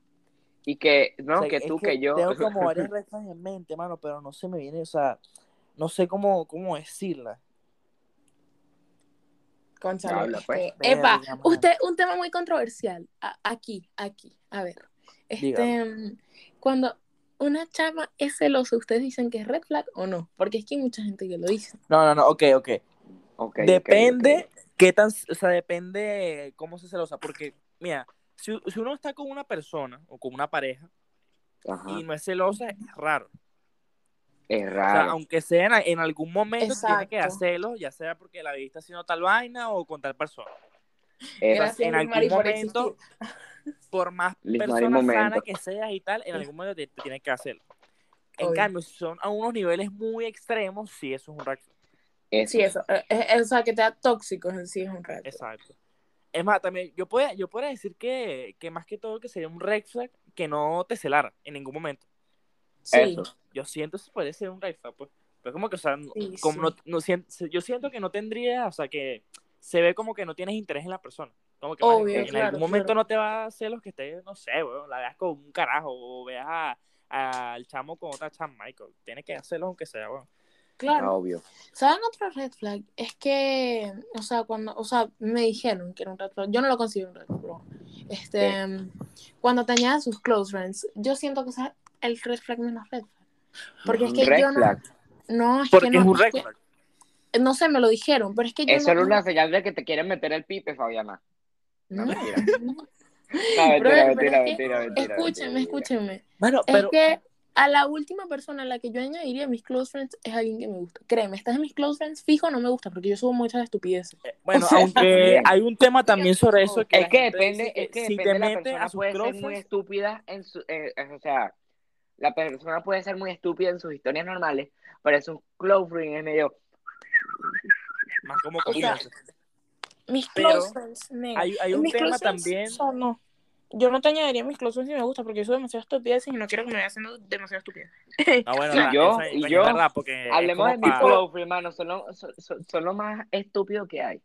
Speaker 2: Y que,
Speaker 1: O
Speaker 2: no,
Speaker 1: sea,
Speaker 2: que
Speaker 1: es
Speaker 2: tú, que, yo.
Speaker 1: Tengo como varias red flags en mente, mano, pero no se me viene, o sea, no sé cómo, cómo decirla.
Speaker 3: Cónchale,
Speaker 2: Habla,
Speaker 3: este,
Speaker 2: pues.
Speaker 3: Epa,
Speaker 1: Verga, mano.
Speaker 3: usted, un tema muy controversial. A- aquí, aquí. A ver. Este, mm, cuando una chama es celosa, ¿ustedes dicen que es red flag o no? Porque es que hay mucha gente que lo dice.
Speaker 1: No, no, no, ok, ok.
Speaker 2: Ok, ok,
Speaker 1: depende
Speaker 2: ok.
Speaker 1: qué tan, o sea, depende cómo se celosa, porque, mira, si, si uno está con una persona o con una pareja
Speaker 2: Ajá.
Speaker 1: y no es celosa, es raro.
Speaker 2: Es
Speaker 1: O sea,
Speaker 2: raro.
Speaker 1: aunque sea en, en algún momento tiene que
Speaker 3: Exacto.
Speaker 1: hacerlo, ya sea porque la vida está haciendo tal vaina o con tal persona.
Speaker 2: es-
Speaker 1: Gracias. en
Speaker 3: Liz
Speaker 1: algún
Speaker 3: Mari, por
Speaker 1: momento-
Speaker 3: existir.
Speaker 1: Por más
Speaker 2: Liz, no hay
Speaker 1: persona
Speaker 2: momento.
Speaker 1: sana que seas y tal, en algún momento te, te tienes que hacerlo. En
Speaker 3: Obvio.
Speaker 1: cambio, si son a unos niveles muy extremos, sí, eso es un red flag.
Speaker 2: es-
Speaker 3: Sí, eso. eh, eh, o sea, que te da tóxico, en sí es un red flag.
Speaker 1: Exacto. Es más, también yo podría, yo podría decir que, que más que todo que sería un red flag que no te celara en ningún momento.
Speaker 3: Sí.
Speaker 2: Eso.
Speaker 1: Yo siento que puede ser un red flag, pues. Pero como que, o sea, no-
Speaker 3: Sí, sí.
Speaker 1: como no- no sien- yo siento que no tendría, o sea, que se ve como que no tienes interés en la persona. Como que
Speaker 3: Obvio,
Speaker 1: marico, en
Speaker 3: claro,
Speaker 1: algún momento
Speaker 3: claro.
Speaker 1: no te va a hacer los que estés, no sé, weón, la veas con un carajo o veas a- al chamo con otra chama, Michael. Tienes que hacerlo aunque sea, weón.
Speaker 3: Claro.
Speaker 2: Obvio.
Speaker 3: ¿Saben otro red flag? Es que, o sea, cuando, o sea, me dijeron que era un red flag. Yo no lo considero un red flag. Este, cuando te añaden sus close friends, yo siento que esa- el red flag no es una red flag. Porque es
Speaker 2: Un
Speaker 3: que
Speaker 2: red
Speaker 3: yo no-
Speaker 2: flag.
Speaker 3: no, es
Speaker 1: Porque
Speaker 3: que no,
Speaker 1: es un red
Speaker 3: que-
Speaker 1: flag.
Speaker 3: no sé, me lo dijeron, pero es que yo
Speaker 2: Es
Speaker 3: no,
Speaker 2: solo una señal de que te quieren meter el pipe, Fabiana.
Speaker 3: no,
Speaker 2: No, mentira.
Speaker 3: no.
Speaker 2: No, mentira,
Speaker 3: Brother, pero
Speaker 2: mentira,
Speaker 3: es que-
Speaker 2: mentira, mentira.
Speaker 3: Escúchenme,
Speaker 2: mentira.
Speaker 3: escúchenme.
Speaker 1: Bueno,
Speaker 3: Es
Speaker 1: pero
Speaker 3: que a la última persona a la que yo añadiría a mis close friends es alguien que me gusta. Créeme, estás en mis close friends, fijo, no me gusta porque yo subo muchas estupideces.
Speaker 1: eh, bueno,
Speaker 3: o sea,
Speaker 1: aunque
Speaker 2: bien.
Speaker 1: hay un tema también sobre eso que
Speaker 2: Es
Speaker 1: la
Speaker 2: que
Speaker 1: gente
Speaker 2: depende,
Speaker 1: dice que
Speaker 2: es que
Speaker 1: si
Speaker 2: depende
Speaker 1: te
Speaker 2: la
Speaker 1: metes
Speaker 2: persona
Speaker 1: a sus
Speaker 2: puede ser
Speaker 1: close
Speaker 2: muy
Speaker 1: friends,
Speaker 2: estúpida en su, eh, eh, o sea, la persona puede ser muy estúpida en sus historias normales, pero es un close friend es medio.
Speaker 1: más como
Speaker 3: O sea,
Speaker 1: comienza.
Speaker 3: Mis
Speaker 1: Pero
Speaker 3: close friends, nega.
Speaker 1: Hay, hay un
Speaker 3: mis
Speaker 1: tema
Speaker 3: close friends,
Speaker 1: también.
Speaker 3: o sea, no. Yo no te añadiría a mis close friends si me gusta porque yo soy demasiado estupideces y no quiero que me vaya haciendo demasiado estupidez.
Speaker 1: Ah, bueno,
Speaker 2: Y
Speaker 1: la-
Speaker 2: yo-
Speaker 1: esa-
Speaker 2: y
Speaker 1: coño,
Speaker 2: yo-
Speaker 1: es verdad, porque Eh, es
Speaker 2: Hablemos
Speaker 1: como
Speaker 2: de mi
Speaker 1: pa-
Speaker 2: close friend, mano, son lo, son, son- son lo más estúpido que hay.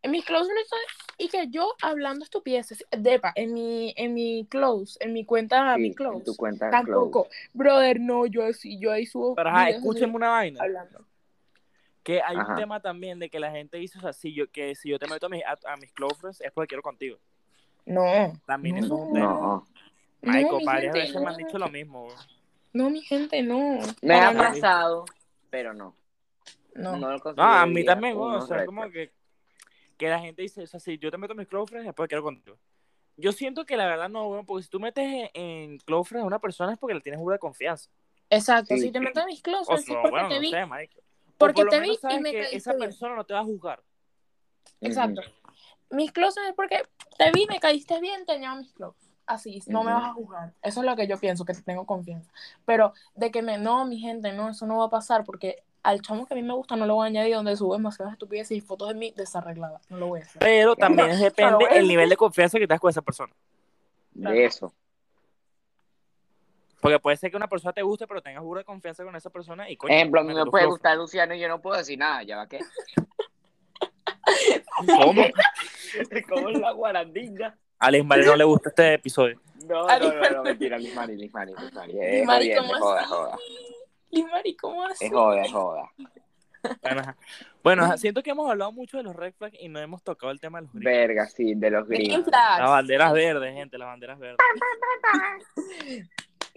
Speaker 3: En mis close friends son- y que yo hablando estupideces, depa, en mi, en mi close, en mi cuenta, mi
Speaker 2: Sí, en
Speaker 3: close.
Speaker 2: tu cuenta
Speaker 3: Ah, Tampoco,
Speaker 2: close.
Speaker 3: brother, no, yo así, yo ahí subo.
Speaker 1: Pero ajá,
Speaker 3: videos de mí
Speaker 1: escúchenme una vaina.
Speaker 3: hablando.
Speaker 1: Que hay
Speaker 2: Ajá.
Speaker 1: un tema también de que la gente dice, o sea, si yo, que si yo te meto a mis, a, a mis close friends es porque quiero contigo.
Speaker 3: No.
Speaker 1: También eso es un tema.
Speaker 2: No.
Speaker 1: Marico,
Speaker 3: mi
Speaker 1: varias
Speaker 3: gente,
Speaker 1: veces me han
Speaker 3: no.
Speaker 1: dicho lo mismo. bro.
Speaker 3: No, mi gente, no.
Speaker 2: Me
Speaker 3: Para
Speaker 2: ha
Speaker 3: nada,
Speaker 2: pasado, pero no.
Speaker 3: no.
Speaker 2: No, lo
Speaker 1: No, a mí
Speaker 2: consideraría
Speaker 1: también, bro,
Speaker 2: unos
Speaker 1: o sea,
Speaker 2: red
Speaker 1: es como
Speaker 2: flags.
Speaker 1: que, que la gente dice, o sea, si yo te meto a mis close friends es porque quiero contigo. Yo siento que la verdad no, bueno, porque si tú metes en, en close friends a una persona es porque le tienes pura confianza.
Speaker 3: Exacto,
Speaker 2: Sí.
Speaker 3: si te meto en mis close
Speaker 1: O
Speaker 3: friends es
Speaker 1: sea,
Speaker 3: porque
Speaker 1: bueno,
Speaker 3: te
Speaker 1: no
Speaker 3: vi.
Speaker 1: sé, marico. O
Speaker 3: Porque
Speaker 1: por lo
Speaker 3: te
Speaker 1: menos
Speaker 3: vi y
Speaker 1: sabes
Speaker 3: me
Speaker 1: que
Speaker 3: caíste
Speaker 1: esa
Speaker 3: bien.
Speaker 1: persona no te va a juzgar.
Speaker 3: Exacto. Mis close friends es porque te vi, me caíste bien, te añado a mis close. Así, no me
Speaker 2: Ujú.
Speaker 3: vas a juzgar. Eso es lo que yo pienso, que te tengo confianza. Pero de que me, no, mi gente, no, eso no va a pasar porque al chamo que a mí me gusta no lo voy a añadir donde subo demasiadas estupideces y fotos de mí desarregladas. No lo voy a hacer.
Speaker 1: Pero también depende
Speaker 3: bueno.
Speaker 1: el nivel de confianza que te das con esa persona.
Speaker 2: Ujú. De eso.
Speaker 1: Porque puede ser que una persona te guste, pero tengas pura confianza con esa persona y coño.
Speaker 2: Ejemplo, a mí
Speaker 1: métete
Speaker 2: me
Speaker 1: un
Speaker 2: puede
Speaker 1: flow.
Speaker 2: gustar Luciano y yo no puedo decir nada, ya va que.
Speaker 1: ¿Cómo?
Speaker 2: ¿Cómo es la guarandinga?
Speaker 1: A Liz Mari no le gusta este episodio.
Speaker 2: No, no,
Speaker 3: Ari-
Speaker 2: no, no, mentira, Liz Mari, Liz Mari, Liz Mari. Es
Speaker 3: Liz Mari,
Speaker 2: jodiendo, es
Speaker 3: ¿cómo
Speaker 2: joda, es
Speaker 3: así?
Speaker 2: joda.
Speaker 3: Liz Mari, ¿cómo así?
Speaker 2: Es joda, es joda.
Speaker 1: Bueno, ajá. Bueno, ajá, siento que hemos hablado mucho de los red flags y no hemos tocado el tema de los gringos.
Speaker 2: Verga, sí, de los
Speaker 3: Green
Speaker 2: gringos.
Speaker 3: flags.
Speaker 1: Las banderas verdes, gente, las banderas verdes.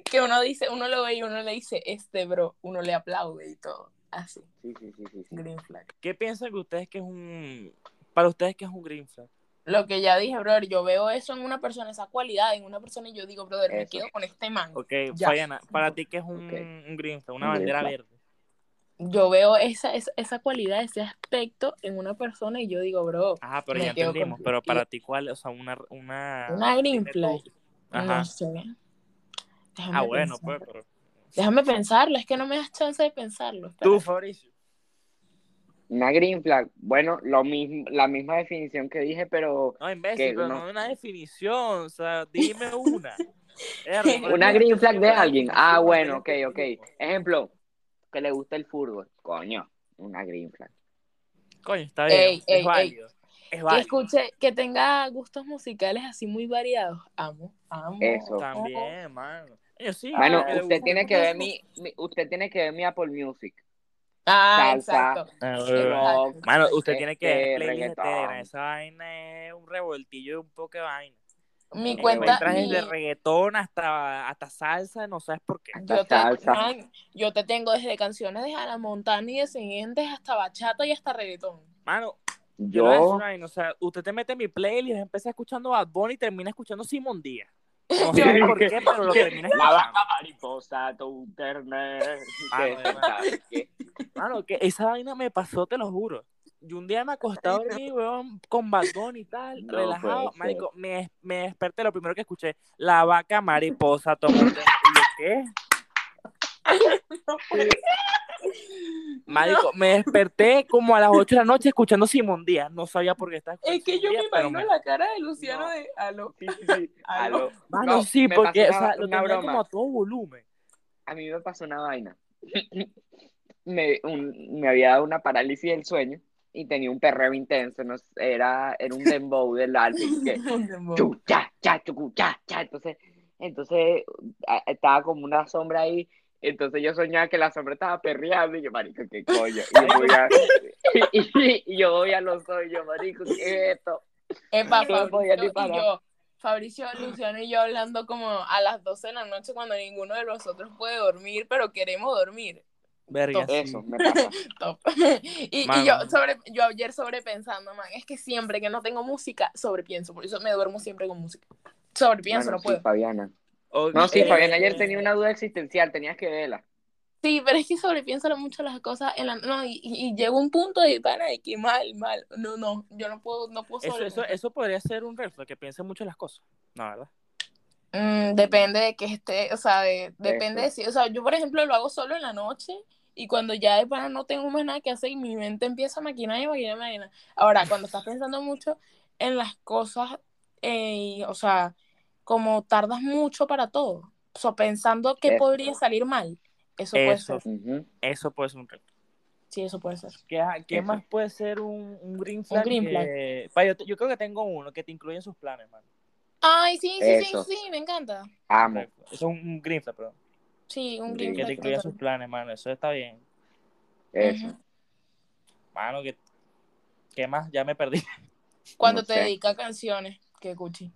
Speaker 3: que uno dice, uno lo ve y uno le dice, este bro, uno le aplaude y todo. Así,
Speaker 2: Sí, sí, sí, sí. sí.
Speaker 3: green flag.
Speaker 1: ¿Qué piensan que ustedes que es un... Para ustedes que es un green flag?
Speaker 3: Lo que ya dije, brother, yo veo eso en una persona, esa cualidad en una persona y yo digo, brother, me
Speaker 2: Eso.
Speaker 3: quedo con este man.
Speaker 1: Ok,
Speaker 3: Ya.
Speaker 1: Fayana, para ti que es un,
Speaker 2: Ok.
Speaker 1: un green flag, una
Speaker 2: Un green
Speaker 1: bandera
Speaker 2: flag.
Speaker 1: verde.
Speaker 3: Yo veo esa, esa, esa cualidad, ese aspecto en una persona y yo digo, bro,
Speaker 1: Ajá, pero
Speaker 3: Me
Speaker 1: ya
Speaker 3: quedo con-
Speaker 1: entendimos. Pero para ti, ¿cuál? O sea, una... Una,
Speaker 3: una green
Speaker 1: dime tú.
Speaker 3: flag.
Speaker 1: Ajá.
Speaker 3: No sé. Déjame
Speaker 1: Ah, bueno,
Speaker 3: pensar.
Speaker 1: pues, pero...
Speaker 3: Déjame pensarlo, es que no me das chance de pensarlo. espera.
Speaker 1: Tú, Fabricio.
Speaker 2: Una green flag. Bueno, lo mismo, la misma definición que dije, pero
Speaker 1: No, imbécil,
Speaker 2: Que
Speaker 1: pero
Speaker 2: uno-
Speaker 1: no hay una definición, o sea, dime una. Erro, por
Speaker 2: una
Speaker 1: ejemplo,
Speaker 2: green flag de
Speaker 1: siempre
Speaker 2: alguien.
Speaker 1: hay una
Speaker 2: Ah,
Speaker 1: definición
Speaker 2: bueno, ok,
Speaker 1: de
Speaker 2: ok.
Speaker 1: este tipo.
Speaker 2: Ejemplo, que le gusta el fútbol. Coño, una green flag.
Speaker 1: Coño, está bien.
Speaker 3: Ey,
Speaker 1: es
Speaker 3: ey,
Speaker 1: válido. Es
Speaker 3: Que
Speaker 1: válido.
Speaker 3: escuche, que tenga gustos musicales así muy variados. Amo, amo.
Speaker 2: Eso.
Speaker 1: También, mano. Coño, sí,
Speaker 2: Bueno,
Speaker 1: que le
Speaker 2: usted
Speaker 1: gusta
Speaker 2: tiene
Speaker 1: el
Speaker 2: que ver
Speaker 1: fútbol.
Speaker 2: mi, mi- usted tiene que ver mi Apple Music.
Speaker 3: Ah,
Speaker 2: Salsa.
Speaker 3: exacto.
Speaker 1: Ah, bueno.
Speaker 2: Rock,
Speaker 1: Mano, usted tiene que ver
Speaker 2: Este,
Speaker 1: playlist
Speaker 2: reggaetón.
Speaker 1: entera. Esa vaina es un revoltillo de un poco de vaina.
Speaker 3: Mi
Speaker 2: Eh,
Speaker 3: cuenta.
Speaker 1: Encuentras
Speaker 3: mi-
Speaker 1: desde reggaetón hasta, hasta salsa, no sabes por qué.
Speaker 3: yo, te,
Speaker 2: Salsa.
Speaker 3: man, yo te tengo desde canciones de Hannah Montana y descendientes hasta bachata y hasta reggaetón.
Speaker 1: Mano, yo, le voy a decir
Speaker 2: Yo,
Speaker 1: una vaina, o sea, usted te mete en mi playlist, empieza escuchando Bad Bunny y termina escuchando Simón Díaz. No
Speaker 2: Yo-
Speaker 1: sabes por qué, pero lo termina
Speaker 2: la
Speaker 1: escuchando.
Speaker 2: vaca mariposa, tu internet.
Speaker 1: Ah,
Speaker 2: Que-
Speaker 1: bueno. Mano, que esa vaina me pasó, te lo juro. Y un día me acosté a dormir, weón, con balcón y tal,
Speaker 2: No
Speaker 1: relajado.
Speaker 2: puede ser.
Speaker 1: Marico, me, me desperté, lo primero que escuché, la vaca mariposa tomó. un té". ¿Y yo, qué? Marico, me desperté como a las 8 de la noche escuchando Simón Díaz. No sabía por qué estaba escuchando
Speaker 3: Es que yo
Speaker 1: Simón
Speaker 3: me
Speaker 1: Díaz, Pues pero
Speaker 3: imagino
Speaker 1: me-
Speaker 3: la cara de Luciano
Speaker 2: No.
Speaker 3: de Aló.
Speaker 2: Sí, sí, sí. Aló.
Speaker 1: Mano,
Speaker 2: No,
Speaker 1: sí,
Speaker 2: me
Speaker 1: porque,
Speaker 2: pasó
Speaker 1: o
Speaker 2: una-
Speaker 1: sea, lo
Speaker 2: una
Speaker 1: tenía
Speaker 2: broma.
Speaker 1: como a todo volumen.
Speaker 2: A mí me pasó una vaina. Me, un- me había dado una parálisis del sueño y tenía un perreo intenso. No, sé, era, era un dembow del álbum que chu, cha, cha, chucu, cha, cha. Entonces, entonces a- estaba como una sombra ahí. Entonces yo soñaba que la sombra estaba perreando y yo, marico, qué coño. Y yo voy a, y, y yo voy a los sueños, marico, ¿qué es esto?
Speaker 3: Epa,
Speaker 2: No me podía
Speaker 3: Fabricio
Speaker 2: ni
Speaker 3: y
Speaker 2: parar.
Speaker 3: yo, Fabricio, Luciano y yo hablando como a las 12 de la noche cuando ninguno de nosotros puede dormir, pero queremos dormir.
Speaker 1: Verga, sí.
Speaker 2: Eso, me pasa.
Speaker 3: Top. Y, y
Speaker 1: Mano.
Speaker 3: yo, sobre, yo ayer sobrepensando, man, es que siempre que no tengo música, sobrepienso, por eso me duermo siempre con música. Sobrepienso,
Speaker 2: Bueno,
Speaker 3: no
Speaker 2: sí,
Speaker 3: puedo.
Speaker 2: Fabiana.
Speaker 1: Ok.
Speaker 2: No, sí,
Speaker 3: Eh,
Speaker 2: Fabiana ayer tenía una duda existencial, tenías que verla.
Speaker 3: Sí, pero es que sobrepienso mucho las cosas en la- no, y, y, y llego a un punto de, pana, de que mal, mal. No, no, yo no puedo, no puedo
Speaker 1: Eso, eso,
Speaker 3: sobrepensar.
Speaker 1: eso podría ser un reflejo, que piense mucho las cosas. No, ¿verdad?
Speaker 3: Mm, depende de que esté, o sea, de- depende de
Speaker 2: Eso.
Speaker 3: si, o sea, yo por ejemplo lo hago solo en la noche y cuando ya de pana no tengo más nada que hacer y mi mente empieza a maquinar y maquinar y maquinar. Ahora, cuando estás pensando mucho en las cosas, eh, y, o sea, como tardas mucho para todo, o sea, pensando que
Speaker 2: Eso.
Speaker 3: podría salir mal, eso puede
Speaker 1: Eso.
Speaker 3: ser,
Speaker 2: Ujú.
Speaker 1: Eso puede ser un reflejo.
Speaker 3: sí, eso puede ser.
Speaker 1: ¿Qué, ah, qué
Speaker 2: Eso.
Speaker 1: más puede ser un, un green flag?
Speaker 3: green
Speaker 1: que- Pa, yo, te- yo creo que tengo uno que te incluye en sus planes, man.
Speaker 3: Ay, sí, sí,
Speaker 2: Eso.
Speaker 3: sí, sí, me encanta.
Speaker 2: Amo.
Speaker 1: Eso es un, un green flag, perdón.
Speaker 3: Sí, un
Speaker 2: Sí,
Speaker 3: green
Speaker 1: Que te
Speaker 3: flag
Speaker 1: incluye en
Speaker 3: total.
Speaker 1: sus planes, mano. Eso está bien.
Speaker 2: Eso.
Speaker 3: Ujú.
Speaker 1: Mano, que, ¿qué más? Ya me perdí.
Speaker 3: Cuando
Speaker 2: No
Speaker 3: te
Speaker 2: sé.
Speaker 3: dedica a canciones, que cuchi.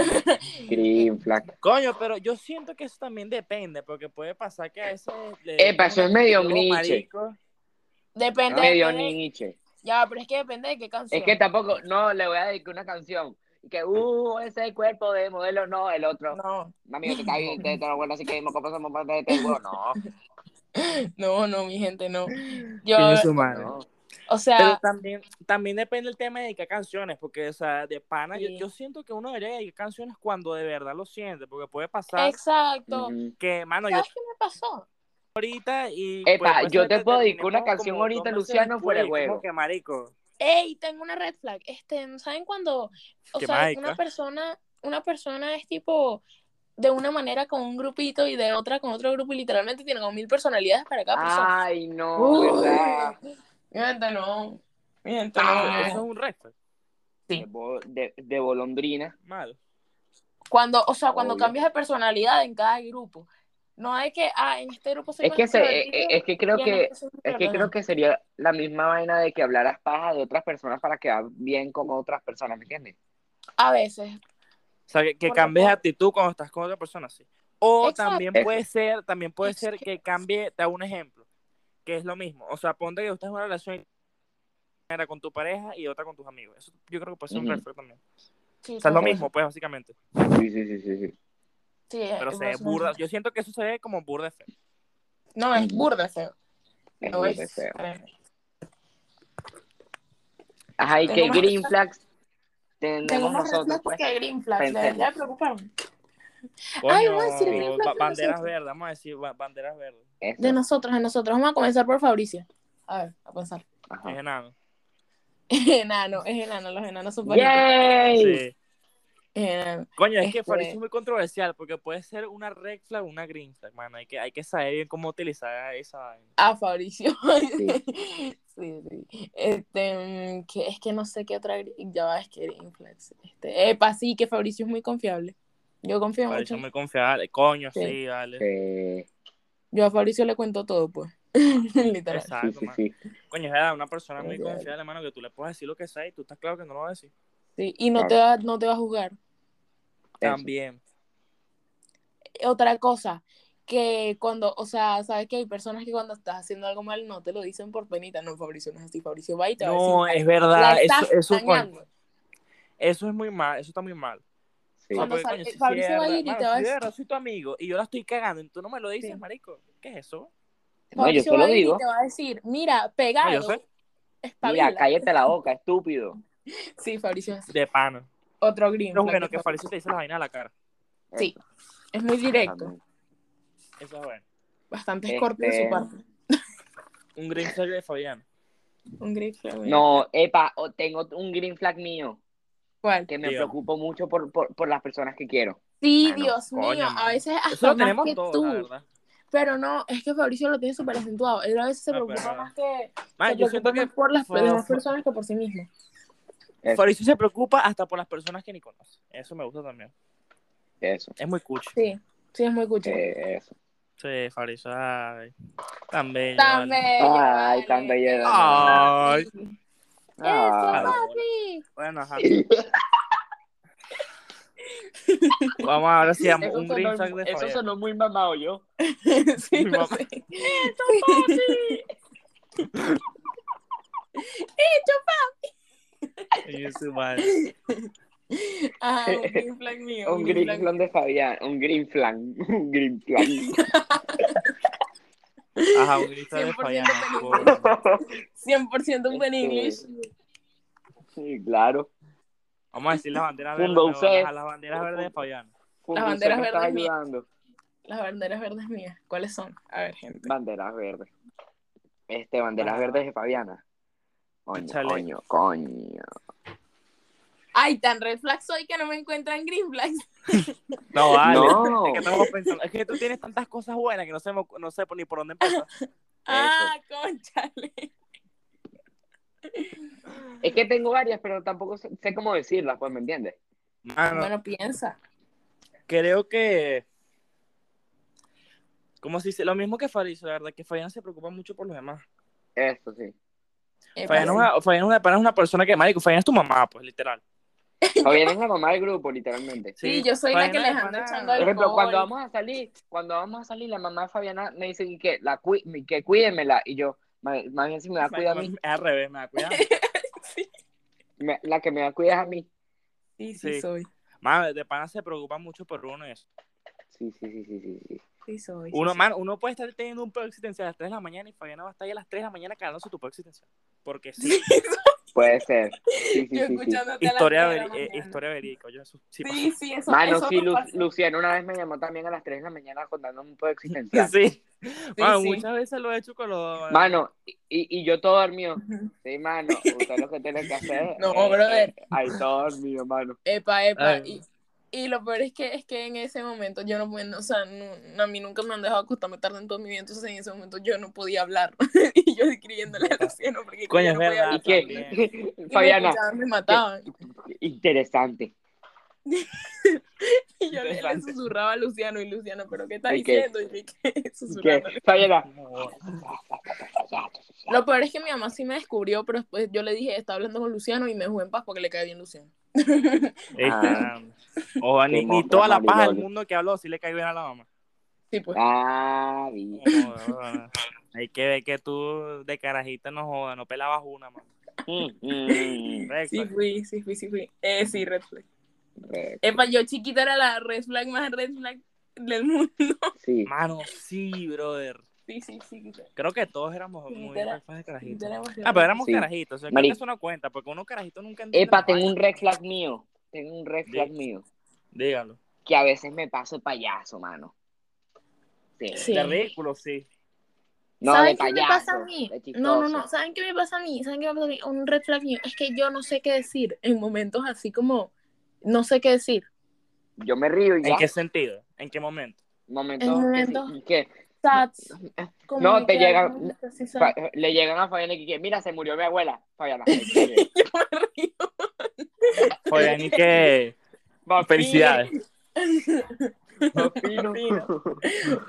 Speaker 3: Eh,
Speaker 2: Green flag.
Speaker 1: Coño, pero yo siento que eso también depende, porque puede pasar que a veces... le
Speaker 2: Epa,
Speaker 1: den
Speaker 2: eso es
Speaker 1: una
Speaker 2: medio
Speaker 1: actitud,
Speaker 2: niche.
Speaker 1: marico.
Speaker 3: Depende,
Speaker 2: Medio
Speaker 3: depende-
Speaker 2: Nietzsche.
Speaker 3: Ya, pero es que depende de qué canción.
Speaker 2: Es que tampoco, no, le voy a dedicar una canción. Y Que, uh, ese cuerpo de modelo, no, el otro.
Speaker 3: No,
Speaker 2: Mami, yo te caigo y te, te lo vuelvo así que, ¿cómo pasamos parte de este huevo? No,
Speaker 3: no, no, mi gente, no.
Speaker 1: Coño,
Speaker 3: Yo,
Speaker 1: su madre.
Speaker 2: no.
Speaker 3: o
Speaker 1: Pero
Speaker 3: sea,
Speaker 1: también, también depende el tema de dedicar canciones, porque, o sea, de pana, yo,
Speaker 3: Sí.
Speaker 1: yo siento que uno debería dedicar canciones cuando de verdad lo siente, porque puede pasar
Speaker 3: exacto.
Speaker 2: Ujú.
Speaker 1: que, mano, yo
Speaker 3: ¿Sabes qué me pasó?
Speaker 1: ahorita y...
Speaker 2: Epa,
Speaker 1: puede
Speaker 2: yo
Speaker 1: ser
Speaker 2: te
Speaker 1: que
Speaker 2: puedo dedicar una
Speaker 1: terminemos
Speaker 2: canción
Speaker 1: como
Speaker 2: ahorita,
Speaker 1: dos meses
Speaker 2: Luciano, fuera de
Speaker 1: después,
Speaker 2: huevo.
Speaker 1: Como que, marico...
Speaker 3: Ey, tengo una red flag. Este, ¿saben cuando? O
Speaker 1: Qué
Speaker 3: sea,
Speaker 1: marica.
Speaker 3: una persona, una persona es tipo de una manera con un grupito y de otra con otro grupo y literalmente tienen como mil personalidades para cada persona.
Speaker 2: Ay, Ah, no,
Speaker 3: Uy,
Speaker 2: verdad. Ah.
Speaker 3: mi gente, no. Mi gente,
Speaker 1: Eso, eso
Speaker 3: no.
Speaker 1: es un resto.
Speaker 2: De, bo- de, de golondrina.
Speaker 1: Mal.
Speaker 3: Cuando, o sea, cuando
Speaker 2: Obvio.
Speaker 3: cambias de personalidad en cada grupo. No hay que, ah, en este grupo soy
Speaker 2: Es
Speaker 3: más
Speaker 2: que, se, eh,
Speaker 3: extrovertido
Speaker 2: eh, es que creo
Speaker 3: y en
Speaker 2: que
Speaker 3: este soy más
Speaker 2: Es que creo
Speaker 3: introvertido.
Speaker 2: que sería la misma vaina de que hablaras paja de otras personas para quedar bien con otras personas, ¿me entiendes?
Speaker 3: A veces.
Speaker 1: O sea, que, que
Speaker 3: Por lo
Speaker 1: cambies de
Speaker 3: cual-
Speaker 1: actitud cuando estás con otra persona, sí. O
Speaker 3: Exacto.
Speaker 1: también
Speaker 2: Eso.
Speaker 1: puede ser, también puede ser
Speaker 3: Exacto.
Speaker 1: que cambie, te hago un ejemplo, que es lo mismo. O sea, ponte que usted es una relación era con tu pareja y otra con tus amigos. Eso yo creo que puede ser un
Speaker 2: Ujú.
Speaker 1: red flag también.
Speaker 3: Sí,
Speaker 1: O sea, es lo
Speaker 3: sí,
Speaker 1: mismo, pues, básicamente.
Speaker 2: Sí, sí, sí, sí. sí.
Speaker 3: sí, Eh, es-
Speaker 1: Pero se ve
Speaker 3: es-
Speaker 1: burda. Yo siento que eso se ve como burda de feo.
Speaker 3: No, es burda feo.
Speaker 2: Es
Speaker 3: No
Speaker 2: muy
Speaker 3: es-
Speaker 2: feo. Ajá, ¿y
Speaker 3: Tengo
Speaker 2: qué
Speaker 3: más
Speaker 2: green
Speaker 3: red
Speaker 2: flags
Speaker 3: Tengo
Speaker 2: tenemos
Speaker 3: más red
Speaker 2: nosotros?
Speaker 3: flags
Speaker 2: Pues?
Speaker 3: que green flags.
Speaker 2: pensemos.
Speaker 3: Debería preocuparme. Ay,
Speaker 1: Coño,
Speaker 3: vamos a decir green flag
Speaker 1: ba-
Speaker 3: de
Speaker 1: banderas
Speaker 3: nosotros.
Speaker 1: verdes, vamos a decir ba- banderas verdes.
Speaker 2: Eso,
Speaker 3: De nosotros, de nosotros. Vamos a comenzar por Fabricio. A ver, a pensar.
Speaker 2: ajá.
Speaker 1: Es enano.
Speaker 3: Enano, es enano, los enanos son bonitos.
Speaker 2: ¡Yay!
Speaker 1: Sí.
Speaker 3: Es enano.
Speaker 1: Coño, es
Speaker 3: Este-
Speaker 1: que Fabricio es muy controversial porque puede ser una red flag o una green flag, mano. Hay que, hay que saber bien cómo utilizar esa vaina.
Speaker 3: A Fabricio. Sí, sí. Este, mm, que, es que no sé qué otra. gri- Ya va, es que Inflex. Este, epa, sí, que Fabricio es muy confiable. Yo confío
Speaker 1: Fabricio es
Speaker 3: mucho.
Speaker 1: muy confiable. Coño,
Speaker 3: Sí.
Speaker 1: sí, vale.
Speaker 2: Eh,
Speaker 3: Yo a Fabricio le cuento todo, pues. Literal.
Speaker 2: sí,
Speaker 1: Exacto,
Speaker 2: sí,
Speaker 1: mano.
Speaker 2: sí.
Speaker 1: Coño, es verdad, una persona muy
Speaker 3: Confiable.
Speaker 1: confiable, mano, que tú le puedes decir lo que sea y tú estás claro que no lo vas a decir.
Speaker 3: Sí, y no te, va, no te va a juzgar.
Speaker 2: Eso.
Speaker 1: También.
Speaker 3: Otra cosa, que cuando, o sea, sabes que hay personas que cuando estás haciendo algo mal no te lo dicen por penita. No, Fabricio no es así. Fabricio va y te va
Speaker 1: No,
Speaker 3: a decir.
Speaker 1: es
Speaker 3: "La
Speaker 1: verdad.
Speaker 3: estás
Speaker 1: Eso, eso, coño,
Speaker 3: dañando".
Speaker 1: eso es muy mal. Eso está muy mal.
Speaker 2: Sí.
Speaker 1: O sea,
Speaker 3: Cuando
Speaker 1: porque,
Speaker 3: sal-
Speaker 1: Ah, pues, coño,
Speaker 3: eh,
Speaker 1: si-
Speaker 3: Fabricio
Speaker 1: si de
Speaker 3: va a ir
Speaker 1: verdad-
Speaker 3: y te
Speaker 1: mano,
Speaker 3: va a
Speaker 1: si de
Speaker 3: decir-
Speaker 1: verdad soy tu amigo y yo la estoy cagando y tú no me lo dices,
Speaker 3: Sí.
Speaker 1: marico. ¿Qué es eso?
Speaker 2: No, yo
Speaker 3: Fabricio
Speaker 2: solo
Speaker 3: va a ir y
Speaker 2: digo.
Speaker 3: te va a decir, mira, pegado.
Speaker 1: No, yo sé.
Speaker 3: espabila".
Speaker 2: Mira, cállate la boca, estúpido.
Speaker 3: Sí, Fabricio es
Speaker 1: De pana.
Speaker 3: otro green.
Speaker 1: Lo
Speaker 3: flag
Speaker 1: bueno
Speaker 3: de
Speaker 1: que Fabricio te dice la vaina a la cara.
Speaker 3: Sí, Es muy directo.
Speaker 2: También.
Speaker 1: Eso es bueno.
Speaker 3: Bastante
Speaker 2: Este-
Speaker 3: escorpio de su parte.
Speaker 1: Un green flag de Fabián.
Speaker 3: Un green flag.
Speaker 2: No, epa, o- tengo un green flag mío
Speaker 3: ¿Cuál?
Speaker 2: que me
Speaker 1: Dios.
Speaker 2: preocupo mucho por, por, por las personas que quiero.
Speaker 3: Sí,
Speaker 1: Mano,
Speaker 3: Dios
Speaker 1: coño,
Speaker 3: mío.
Speaker 1: mano.
Speaker 3: A veces hasta
Speaker 1: Eso lo
Speaker 3: más
Speaker 1: tenemos
Speaker 3: que
Speaker 1: todos,
Speaker 3: tú.
Speaker 1: la verdad.
Speaker 3: Pero no, es que Fabricio lo tiene súper acentuado. Él a veces se
Speaker 1: No,
Speaker 3: preocupa
Speaker 1: Ah, pero-
Speaker 3: más que.
Speaker 1: Man,
Speaker 3: se
Speaker 1: Ah, yo
Speaker 3: preocupa
Speaker 1: siento que
Speaker 3: más por las
Speaker 1: Fa-
Speaker 3: demás
Speaker 1: Fa-
Speaker 3: personas que por sí mismo.
Speaker 2: Eso.
Speaker 1: Fabricio se preocupa hasta por las personas que ni conoce. Eso me gusta también.
Speaker 2: Eso,
Speaker 1: Es muy cucho.
Speaker 3: Sí, sí, es muy cucho.
Speaker 2: eh, eso.
Speaker 1: Sí, Fabricio. Ay, tan bello.
Speaker 3: Tan
Speaker 1: vale.
Speaker 3: bello,
Speaker 2: Ay,
Speaker 3: vale.
Speaker 2: tan bello.
Speaker 1: Ay.
Speaker 3: Eso,
Speaker 2: Ah.
Speaker 3: papi.
Speaker 1: Bueno, ajá. Vamos ahora sí,
Speaker 2: Eso
Speaker 1: un green flag
Speaker 2: sonó,
Speaker 1: de
Speaker 2: eso
Speaker 1: Fabián.
Speaker 2: sonó muy mamado yo.
Speaker 3: Sí,
Speaker 1: Mi
Speaker 3: lo
Speaker 1: mamá.
Speaker 3: sé. ¡Eso,
Speaker 1: Sí, su madre.
Speaker 3: papi! Ah, un green flag mío.
Speaker 2: Un green flag de Fabián, un green flag, un green flag.
Speaker 1: Ajá, un green flag de
Speaker 3: 100%
Speaker 1: Fabián.
Speaker 3: peligro.
Speaker 1: coño.
Speaker 3: 100% un buen
Speaker 2: Este,
Speaker 3: English.
Speaker 2: Sí, claro.
Speaker 1: Vamos a decir las banderas verdes.
Speaker 2: Rainbow
Speaker 1: huevón, ajá,
Speaker 2: Fest.
Speaker 1: Las banderas verdes de Fabián.
Speaker 2: Funducef
Speaker 3: banderas
Speaker 2: me está
Speaker 3: verdes mías.
Speaker 2: ayudando.
Speaker 3: Las banderas verdes mías. ¿Cuáles son? A ver, gente.
Speaker 2: Banderas verdes. Este, banderas
Speaker 1: Ajá.
Speaker 2: verdes de Fabiana. Coño,
Speaker 1: Chale.
Speaker 2: coño, coño.
Speaker 3: Ay, tan red flag soy que no me encuentran green flags.
Speaker 1: No, vale.
Speaker 2: No.
Speaker 1: Ah, Es que estamos pensando. Es que tú tienes tantas cosas buenas que no sé, no sé ni por dónde empezar.
Speaker 3: Ah, conchale.
Speaker 2: Es que tengo varias, pero tampoco sé, sé cómo decirlas, pues, ¿me entiendes?
Speaker 1: Mano,
Speaker 3: Bueno, piensa.
Speaker 1: creo que. Como si se- lo mismo que Fabricio, la verdad, que Fabián se preocupa mucho por los demás.
Speaker 2: Eso sí.
Speaker 3: Eh,
Speaker 1: Fabián es
Speaker 3: pasa.
Speaker 1: una, Fabián es una, pana, es una persona que, marico, Fabián es tu mamá, pues, literal.
Speaker 2: Fabiana es la mamá del grupo, literalmente.
Speaker 3: Sí, yo soy la
Speaker 1: Fabián
Speaker 3: que
Speaker 1: es
Speaker 3: les
Speaker 1: pana-
Speaker 3: anda echando
Speaker 2: Por
Speaker 3: al-
Speaker 2: ejemplo,
Speaker 3: Alcohol.
Speaker 2: cuando vamos a salir, cuando vamos a salir, la mamá de Fabiana me dice que, la cui- que cuídemela. Y yo, ma- más bien si me va a cuidar a mí,
Speaker 1: Es al revés, me da cuidado.
Speaker 2: me- la que me va a cuidar es a mí.
Speaker 3: Sí, sí,
Speaker 1: Sí.
Speaker 3: soy.
Speaker 1: Madre, de pana se preocupa mucho por uno y eso.
Speaker 2: Sí, sí, sí, sí, sí. sí.
Speaker 3: Sí, soy. sí,
Speaker 1: Uno,
Speaker 3: soy.
Speaker 1: man, uno puede estar teniendo un peor existencial a las 3 de la mañana y Fabiana va a estar ahí a las 3 de la mañana cagándose tu peor existencial. Porque sí,
Speaker 2: Puede ser. Sí, sí, sí,
Speaker 3: Yo
Speaker 2: sí.
Speaker 3: escuchándote a las
Speaker 1: historia,
Speaker 3: tres de la
Speaker 1: veri- eh,
Speaker 3: mañana.
Speaker 1: historia verídica. Oye, eso sí
Speaker 3: Sí, sí, eso,
Speaker 2: Mano,
Speaker 3: eso
Speaker 2: sí,
Speaker 3: nos
Speaker 2: Lu-
Speaker 3: pasa.
Speaker 2: Luciano una vez me llamó también a las 3 de la mañana contándome un poco de
Speaker 1: pasó.
Speaker 2: existencial.
Speaker 1: Sí. Mano,
Speaker 3: sí.
Speaker 1: muchas veces lo he hecho con los.
Speaker 2: Mano, y, y yo todo dormido. Sí, mano, usted lo que tiene que hacer.
Speaker 3: No,
Speaker 2: eh,
Speaker 3: brother.
Speaker 2: eh, Ahí todo dormido, mano.
Speaker 3: Epa, epa.
Speaker 1: Ay.
Speaker 3: Y, y lo peor es que, es que en ese momento yo no puedo, o sea, no- a mí nunca me han dejado acostarme tarde en todo mi vida, entonces en ese momento yo no podía hablar. y yo escribiéndole a Luciano porque
Speaker 1: Coño,
Speaker 3: yo
Speaker 1: es
Speaker 3: no podía
Speaker 1: verdad.
Speaker 3: hablar.
Speaker 2: ¿Y
Speaker 1: Ah,
Speaker 2: qué?
Speaker 1: también.
Speaker 3: Y me
Speaker 2: Fabiana,
Speaker 3: escuchaban, me mataban.
Speaker 2: interesante.
Speaker 3: Y yo le, le
Speaker 1: Interesante.
Speaker 3: susurraba a Luciano y Luciano, ¿pero qué está
Speaker 2: ¿Y qué?
Speaker 3: diciendo? Y que
Speaker 2: ¿Y qué?
Speaker 3: susurrándole.
Speaker 2: Fabiana.
Speaker 3: Lo peor es que mi mamá sí me descubrió, pero después yo le dije, está hablando con Luciano y me dejó en paz porque le cae bien Luciano.
Speaker 1: Ah, o ni, ni
Speaker 2: monstruo,
Speaker 1: toda la paja del
Speaker 2: Mariloli.
Speaker 1: mundo que habló, si le cae bien a la mamá.
Speaker 3: Sí, pues.
Speaker 2: Ah, bien.
Speaker 1: No, joda. ah, Hay que ver que tú de carajita no jodas, no pelabas una, mano.
Speaker 2: Mm, mm.
Speaker 1: Correcto.
Speaker 3: Sí fui, sí fui, sí fui. Eh, sí, red flag.
Speaker 2: Re-
Speaker 3: Epa, yo chiquita era la red flag más red flag del mundo.
Speaker 2: Sí.
Speaker 1: Mano, sí, brother.
Speaker 3: Sí, sí, sí. chiquita.
Speaker 1: Creo que todos éramos muy
Speaker 3: Literal.
Speaker 1: red flag de
Speaker 3: Chiquita
Speaker 1: carajitos.
Speaker 3: éramos
Speaker 1: Ah, pero éramos
Speaker 2: Sí.
Speaker 1: carajitos. O sea, creo
Speaker 2: Mari-
Speaker 1: que eso no cuenta, porque uno carajito nunca entiende.
Speaker 2: Epa,
Speaker 1: las
Speaker 2: tengo un
Speaker 1: vainas.
Speaker 2: red flag mío. Tengo un red flag mío.
Speaker 1: Dígalo.
Speaker 2: Que a veces me paso de payaso, mano. Sí.
Speaker 3: Sí.
Speaker 1: De ridículo, sí.
Speaker 2: No, de
Speaker 3: ¿Saben qué
Speaker 2: payaso.
Speaker 3: me pasa a mí?
Speaker 2: de chistoso.
Speaker 3: No, no, no. ¿Saben qué me pasa a mí? ¿Saben qué me pasa a mí? Un red flag mío. Es que yo no sé qué decir en momentos así como no sé qué decir.
Speaker 2: Yo me río y ya.
Speaker 1: ¿En qué sentido? ¿En qué momento?
Speaker 2: Momentos
Speaker 3: En
Speaker 2: que sí,
Speaker 3: momentos.
Speaker 2: que
Speaker 3: Sats. como
Speaker 2: No,
Speaker 3: que
Speaker 2: te llega-
Speaker 3: algo así son.
Speaker 2: fa- eh, le llegan a Fabiana y que mira, se murió mi abuela. Fabiana.
Speaker 3: Yo me río.
Speaker 1: Oigan, y que.
Speaker 2: Papino,
Speaker 1: Felicidades.
Speaker 2: papino.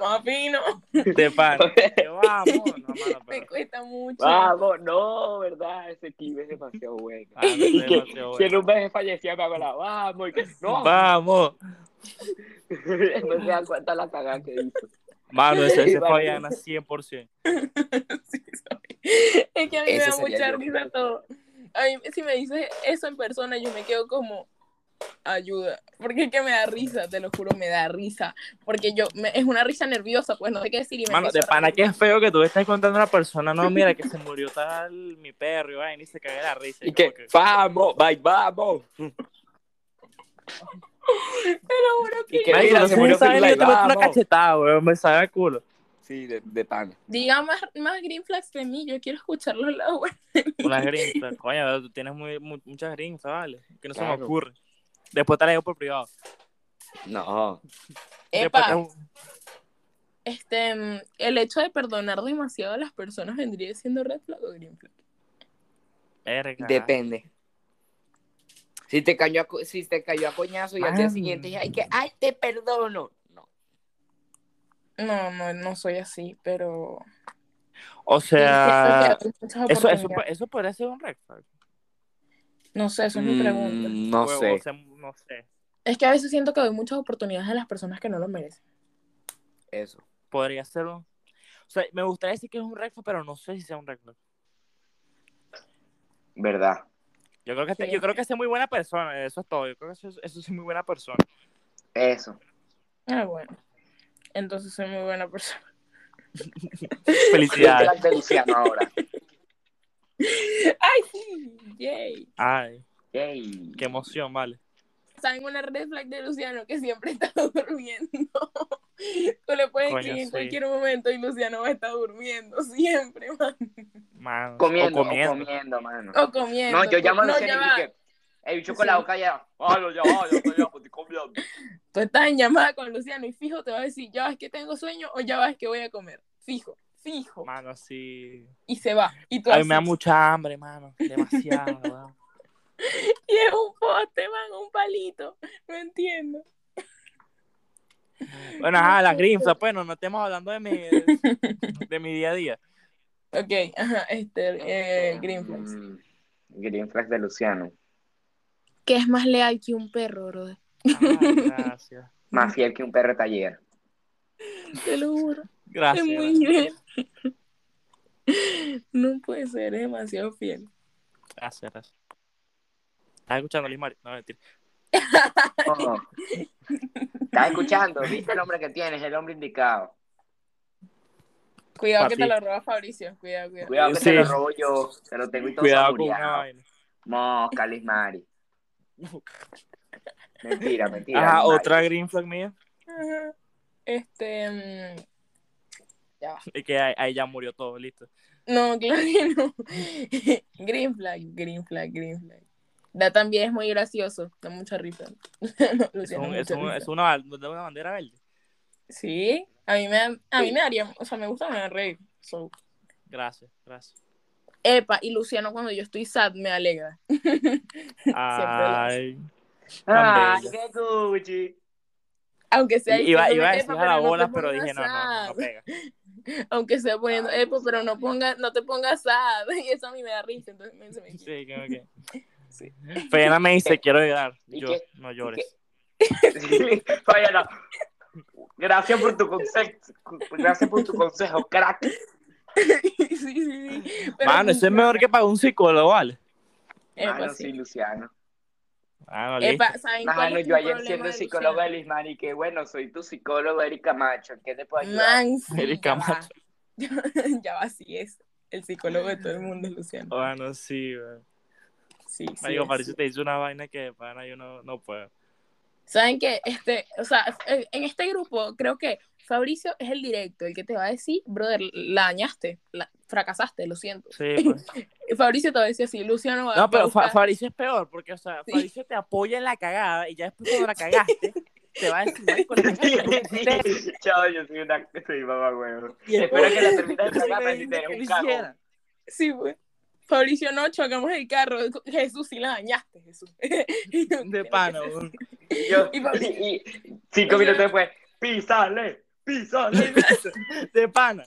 Speaker 3: Papi, no.
Speaker 1: De pan. Que Vamos. No, mano,
Speaker 3: Me
Speaker 1: pero.
Speaker 3: cuesta mucho.
Speaker 2: Vamos, no, verdad, ese clip es demasiado bueno.
Speaker 1: Ah, no,
Speaker 2: Y que
Speaker 1: demasiado bueno.
Speaker 2: si en un mes fallecía mi abuela, vamos, y que no,
Speaker 1: Vamos.
Speaker 2: no se dan cuenta la cagada que hizo.
Speaker 1: Mano, ese, ese
Speaker 2: Sí, vale.
Speaker 1: Fabiana 100%.
Speaker 3: Sí, sorry. Es que a mí me
Speaker 2: Ese
Speaker 3: da
Speaker 2: sería
Speaker 3: mucha
Speaker 2: yo.
Speaker 3: risa todo. A mí, si me dices eso en persona, yo me quedo como ayuda. Porque es que me da risa, te lo juro, me da risa. Porque yo, me- es una risa nerviosa, pues no sé qué decir. Y me
Speaker 1: Mano,
Speaker 3: empiezo
Speaker 1: de
Speaker 3: a
Speaker 1: pana
Speaker 3: reír.
Speaker 1: que es feo que tú estés contando a una persona, no, mira, que se murió tal mi perro, y vaina, y se cae la risa.
Speaker 2: Y
Speaker 1: como
Speaker 2: que vamos, bye, vamos.
Speaker 3: Te lo juro que
Speaker 2: Y que
Speaker 3: yo-
Speaker 1: Marico,
Speaker 2: mira,
Speaker 1: no
Speaker 2: se
Speaker 1: sé
Speaker 2: murió
Speaker 1: si saben,
Speaker 2: Firulais,
Speaker 1: yo te meto una
Speaker 2: vamos.
Speaker 1: cachetada, weón, me sabe a culo.
Speaker 2: Sí, de, de pan.
Speaker 3: Diga más, más green flags de mí, yo quiero escucharlo en la web.
Speaker 1: Unas grinfas, coño, tú tienes muy, mu- muchas grinfas, ¿vale? Que no se me
Speaker 2: Claro.
Speaker 1: ocurre. Después te la digo por privado.
Speaker 2: No.
Speaker 1: Después
Speaker 3: Epa,
Speaker 1: te-
Speaker 3: este, mm, el hecho de perdonar demasiado a las personas vendría siendo red flag o green flag.
Speaker 1: Verga.
Speaker 2: Depende. Si te cayó a, co- si te cayó a coñazo y al día
Speaker 1: Man.
Speaker 2: siguiente ya, y que, ay, te perdono. No.
Speaker 3: No, no, no soy así, pero...
Speaker 1: O sea,
Speaker 3: Siento que hay muchas
Speaker 1: eso, eso,
Speaker 3: oportunidades.
Speaker 1: eso podría ser un red flag.
Speaker 3: No sé, eso es mi pregunta.
Speaker 2: Mm, No
Speaker 1: O- o
Speaker 2: sé.
Speaker 1: sea, no sé.
Speaker 3: Es que a veces siento que doy muchas oportunidades a las personas que no lo merecen.
Speaker 2: Eso.
Speaker 1: Podría ser un. O sea, me gustaría decir que es un red flag, pero no sé si sea un red flag.
Speaker 2: ¿Verdad?
Speaker 1: Yo creo que,
Speaker 3: Sí.
Speaker 1: yo creo que es muy buena persona, eso es todo. Yo creo que eso, eso es muy buena persona.
Speaker 2: Eso.
Speaker 3: Ah, bueno. Entonces soy muy buena persona.
Speaker 1: Felicidades.
Speaker 2: Red flag de Luciano ahora.
Speaker 3: ¡Ay, sí! ¡Yay!
Speaker 1: Ay,
Speaker 2: Yay.
Speaker 1: qué emoción, vale.
Speaker 3: ¿Saben una red flag de Luciano que siempre está durmiendo? Tú le puedes
Speaker 1: Coño,
Speaker 3: escribir en
Speaker 1: sí.
Speaker 3: cualquier momento y Luciano va a estar durmiendo siempre, man.
Speaker 1: Mano,
Speaker 2: Comiendo,
Speaker 1: o
Speaker 2: o
Speaker 1: comiendo.
Speaker 2: comiendo, mano.
Speaker 3: O comiendo.
Speaker 2: No, yo llamo a
Speaker 3: no,
Speaker 2: Luciano
Speaker 3: ya
Speaker 2: y
Speaker 3: va.
Speaker 2: que el bicho con la
Speaker 3: Sí.
Speaker 2: boca ya. Ay, "Ah, no, ya, va, ya, va, ya, va, estoy comiendo.
Speaker 3: Tú estás en llamada con Luciano y fijo te va a decir, ya vas que tengo sueño o ya vas que voy a comer. Fijo, fijo.
Speaker 1: Mano, sí.
Speaker 3: Y se va. Y tú
Speaker 1: A mí me da
Speaker 3: así,
Speaker 1: mucha hambre, mano. Demasiado, weón.
Speaker 3: Y es un poste, man, un palito. No entiendo.
Speaker 1: Bueno, ajá, las grimsas, pues no, no estemos hablando de mi, de, mi día a día.
Speaker 3: Ok, ajá, este, eh, Green Flags.
Speaker 2: Mm, Green flags de Luciano.
Speaker 3: Que es más leal que un perro, brother.
Speaker 1: Ay, gracias.
Speaker 2: Más fiel que un perro de taller.
Speaker 3: Te lo juro. Es
Speaker 1: Gracias.
Speaker 3: muy
Speaker 1: gracias.
Speaker 3: bien. No puede ser, es demasiado fiel.
Speaker 1: Gracias, gracias. ¿Estás escuchando, Liz Mari? No, mentira.
Speaker 2: Oh. ¿Estás escuchando? ¿Viste el hombre que tienes? El hombre indicado.
Speaker 3: Cuidado que te
Speaker 1: Papi.
Speaker 3: lo roba Fabricio. Cuidado, cuidado.
Speaker 2: Cuidado que
Speaker 1: Sí.
Speaker 2: te lo robo yo. Te lo tengo y todo
Speaker 1: Cuidado con una
Speaker 2: saboreado.
Speaker 1: vaina.
Speaker 2: Mosca, Liz Mari. Mentira, mentira.
Speaker 1: Ajá,
Speaker 2: Liz Mari.
Speaker 1: otra green flag mía.
Speaker 3: Ajá. Este. mm, Ya va.
Speaker 1: Y que ahí, ahí ya murió todo, listo.
Speaker 3: No, claro que no. Green flag, green flag, green flag. Da también es muy gracioso. Da mucha risa.
Speaker 1: Es,
Speaker 3: Luciano,
Speaker 1: un-
Speaker 3: mucha
Speaker 1: es un-
Speaker 3: risa.
Speaker 1: es una, de una bandera verde.
Speaker 3: Sí, a mí me, da- a mí me daría, o sea, me gusta me da reír. So.
Speaker 1: Gracias, gracias.
Speaker 3: Epa, y Luciano cuando yo estoy sad me alegra.
Speaker 1: Ay,
Speaker 2: Ay,
Speaker 1: Tan
Speaker 2: qué Gucci.
Speaker 3: Aunque sea
Speaker 1: iba,
Speaker 3: diciéndome,
Speaker 1: iba a
Speaker 3: "Epa,
Speaker 1: decir
Speaker 3: pero
Speaker 1: a la
Speaker 3: no te
Speaker 1: bola, pero
Speaker 3: pongas
Speaker 1: dije no, Ah, no, no
Speaker 3: sad".
Speaker 1: pega.
Speaker 3: Aunque sea poniendo,
Speaker 2: Ay,
Speaker 3: epa, pero no ponga, no te pongas sad. Y eso a mí me da risa, entonces me, se me quita.
Speaker 1: Sí, creo que.
Speaker 3: Sí.
Speaker 1: Fena me dice,
Speaker 2: ¿Qué?
Speaker 1: quiero llorar.
Speaker 2: ¿Y
Speaker 1: Yo,
Speaker 2: qué?
Speaker 1: no llores.
Speaker 2: Fabiana. Yo Gracias por tu consejo. Gracias por tu consejo, crack.
Speaker 3: sí, sí, sí. Pero
Speaker 1: Mano, eso es mejor que para un psicólogo, ¿vale?
Speaker 3: Epa,
Speaker 2: Mano,
Speaker 3: pues, sí.
Speaker 2: sí, Luciano.
Speaker 1: Mano, Ah, listo.
Speaker 3: Epa, ¿saben cuál
Speaker 2: Mano,
Speaker 3: es
Speaker 2: yo
Speaker 3: mi
Speaker 2: ayer
Speaker 3: problema
Speaker 2: siendo
Speaker 3: de
Speaker 2: psicólogo
Speaker 3: Luciano?
Speaker 2: de Lismar y que bueno, soy tu psicólogo, Eric Camacho. ¿En qué te puedo ayudar?
Speaker 3: Man, sí,
Speaker 1: Eric
Speaker 3: ya va.
Speaker 1: Camacho.
Speaker 3: Ya, va, así es. El psicólogo de todo el mundo es Luciano.
Speaker 1: Mano, sí, weón.
Speaker 3: Sí, sí,
Speaker 1: Marico,
Speaker 3: es.
Speaker 1: parece que te hizo una vaina que, pana, yo no, no puedo.
Speaker 3: Saben que este, o sea, en en este grupo creo que Fabricio es el directo, el que te va a decir, brother, la dañaste, la- fracasaste, lo siento.
Speaker 1: Sí, pues.
Speaker 3: Fabricio te va a decir así, Luciano va va a
Speaker 1: No, pero Fa-
Speaker 3: buscar-
Speaker 1: Fabricio es peor, porque, o sea,
Speaker 3: Sí.
Speaker 1: Fabricio te apoya en la cagada y ya después cuando la cagaste, te va a decir, "Marico, la cagaste".
Speaker 2: Chao, yo soy una. Soy mamá, huevo.
Speaker 1: Y el
Speaker 2: Espero que la
Speaker 1: pobre- Sí,
Speaker 2: termines de cagar, pero si te
Speaker 1: que
Speaker 2: un
Speaker 1: lo
Speaker 2: cagón.
Speaker 1: hiciera.
Speaker 3: Sí, güey. Fabricio, no, chocamos el carro. Jesús, sí la dañaste, Jesús.
Speaker 1: De pana, weón.
Speaker 2: Y yo,
Speaker 3: Y Pablo-
Speaker 2: y, y cinco minutos después, písale, písale.
Speaker 1: De pana.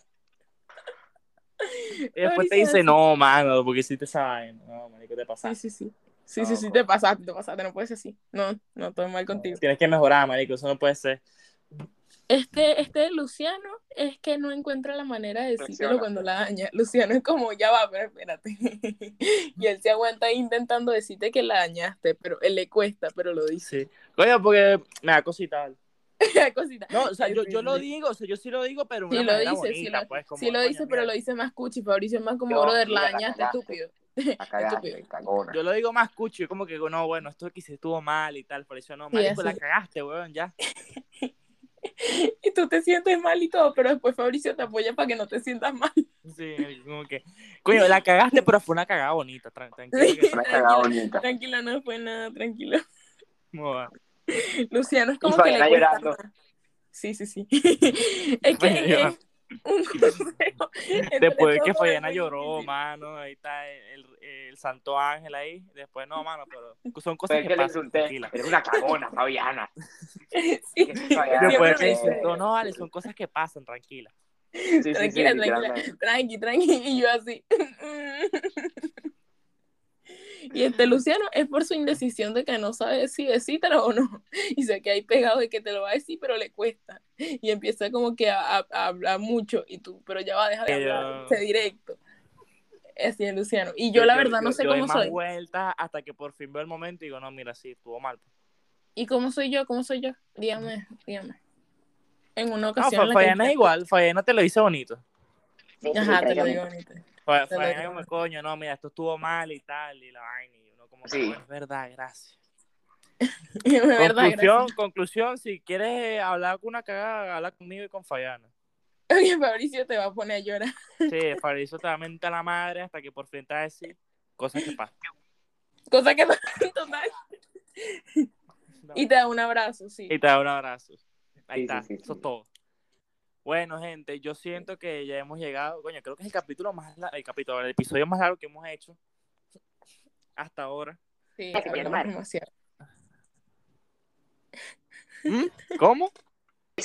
Speaker 1: Y después te
Speaker 3: Fabricio,
Speaker 1: dice,
Speaker 3: sí.
Speaker 1: no, mano, porque hiciste esa vaina. No, marico, te
Speaker 3: Sí,
Speaker 1: pasaste.
Speaker 3: sí, sí. Sí,
Speaker 1: No, pues.
Speaker 3: sí, sí,
Speaker 1: joder.
Speaker 3: te pasaste, te pasaste, no puedes ser así. No, no, todo mal contigo.
Speaker 1: Tienes que mejorar, marico, eso no puede ser.
Speaker 3: Este, este Luciano es que no encuentra la manera de decirlo
Speaker 2: Luciano.
Speaker 3: cuando la daña. Luciano es como, ya va, pero espérate. y él se aguanta ahí intentando decirte que la dañaste, pero él le cuesta, pero lo dice.
Speaker 1: Sí. Coño, porque me da cosita. ¿vale?
Speaker 3: Cosita.
Speaker 1: No, o sea, yo, yo lo
Speaker 3: Sí,
Speaker 1: digo, o sea, yo sí lo digo, pero de
Speaker 3: Sí
Speaker 1: una
Speaker 3: lo
Speaker 1: manera
Speaker 3: dice, sí
Speaker 1: bonita,
Speaker 3: lo,
Speaker 1: pues, como,
Speaker 3: sí lo
Speaker 1: coño,
Speaker 3: dice, pero
Speaker 1: mira.
Speaker 3: lo dice más cuchi. Fabricio es más como,
Speaker 2: Yo,
Speaker 3: brother, la
Speaker 2: mira, la
Speaker 3: dañaste,
Speaker 2: cagaste.
Speaker 3: estúpido.
Speaker 2: La cagaste,
Speaker 3: Estúpido.
Speaker 2: cagona.
Speaker 1: Yo lo digo más cucho, yo como que no, bueno, esto que se estuvo mal y tal, por eso no, marico,
Speaker 3: así.
Speaker 1: la cagaste, weón, ya.
Speaker 3: Y tú te sientes mal y todo, pero después Fabricio te apoya para que no te sientas mal.
Speaker 1: Sí, como que, coño, la cagaste, pero fue una cagada bonita, tran- tranquilo. que
Speaker 2: Una cagada bonita.
Speaker 3: Tranquilo, no fue nada, tranquilo.
Speaker 1: no va.
Speaker 3: Luciano es como
Speaker 2: Y
Speaker 3: que le
Speaker 2: Fabiana
Speaker 3: cuesta
Speaker 2: llorando.
Speaker 3: más. Sí, sí, sí. es que
Speaker 1: Fabiana.
Speaker 3: es un consejo. entre
Speaker 1: Después de que
Speaker 3: todos
Speaker 1: Fayana
Speaker 3: es muy
Speaker 1: lloró,
Speaker 3: difícil.
Speaker 1: mano, ahí está el, el- el Santo Ángel ahí. Después, no, mano, pero son cosas
Speaker 2: Fue
Speaker 1: que,
Speaker 2: que le
Speaker 1: pasan.
Speaker 2: insulté.
Speaker 1: Tranquila.
Speaker 2: Eres una cagona, Fabiana.
Speaker 3: Sí.
Speaker 2: Fabiana,
Speaker 1: Después
Speaker 3: Siempre
Speaker 1: me
Speaker 3: me
Speaker 1: dicen,
Speaker 3: dice,
Speaker 1: no, no, vale, son cosas que pasan, tranquila.
Speaker 2: Sí, sí, sí,
Speaker 3: Tranquila, tranquila.
Speaker 2: literalmente.
Speaker 3: tranqui, tranqui, y yo así. Y este Luciano es por su indecisión de que no sabe si decírtelo o no. Y sé que hay pegado de que te lo va a decir, pero le cuesta. Y empieza como que a, a- a hablar mucho. Y tú, pero ya va, deja de
Speaker 1: Pero-
Speaker 3: hablar, sé directo. Así es Luciano. Y yo, la verdad, no sé
Speaker 1: yo doy
Speaker 3: cómo
Speaker 1: más
Speaker 3: soy.
Speaker 1: vueltas hasta que por fin veo el momento y digo, no, mira, sí, estuvo mal.
Speaker 3: ¿Y cómo soy yo? ¿Cómo soy yo? Dígame, dígame. En una
Speaker 1: No,
Speaker 3: ocasión.
Speaker 1: Ah, Fa-
Speaker 3: la que-
Speaker 1: Fayana es igual, Fayana te lo dice bonito.
Speaker 2: Sí, sí,
Speaker 3: Ajá, te lo digo
Speaker 2: prácticamente.
Speaker 3: bonito.
Speaker 1: Fa-
Speaker 3: Te lo
Speaker 1: Fayana
Speaker 3: digo.
Speaker 1: como, coño, no, mira, esto estuvo mal y tal, y la vaina, y uno como, que,
Speaker 2: Sí.
Speaker 1: "Bueno, es verdad, gracias.
Speaker 3: De verdad,
Speaker 1: conclusión,
Speaker 3: gracias.
Speaker 1: conclusión, si quieres eh, hablar con una cagada, habla conmigo y con Fayana.
Speaker 3: Oye, Fabricio te va a poner a llorar.
Speaker 1: Sí, Fabricio te va a mentar la madre hasta que por fin te va a decir cosas que pasan.
Speaker 3: Cosa que total. Y te da un abrazo, sí.
Speaker 1: Y te da un abrazo. Ahí
Speaker 2: Sí,
Speaker 1: está,
Speaker 2: sí, sí,
Speaker 1: eso
Speaker 2: sí.
Speaker 1: es todo. Bueno, gente, yo siento que ya hemos llegado. Coño, creo que es el capítulo más largo, el capítulo, el episodio más largo que hemos hecho hasta ahora.
Speaker 3: Sí,
Speaker 2: Gracias, mi
Speaker 3: hablamos
Speaker 2: hermano.
Speaker 3: demasiado.
Speaker 1: ¿Mm? ¿Cómo?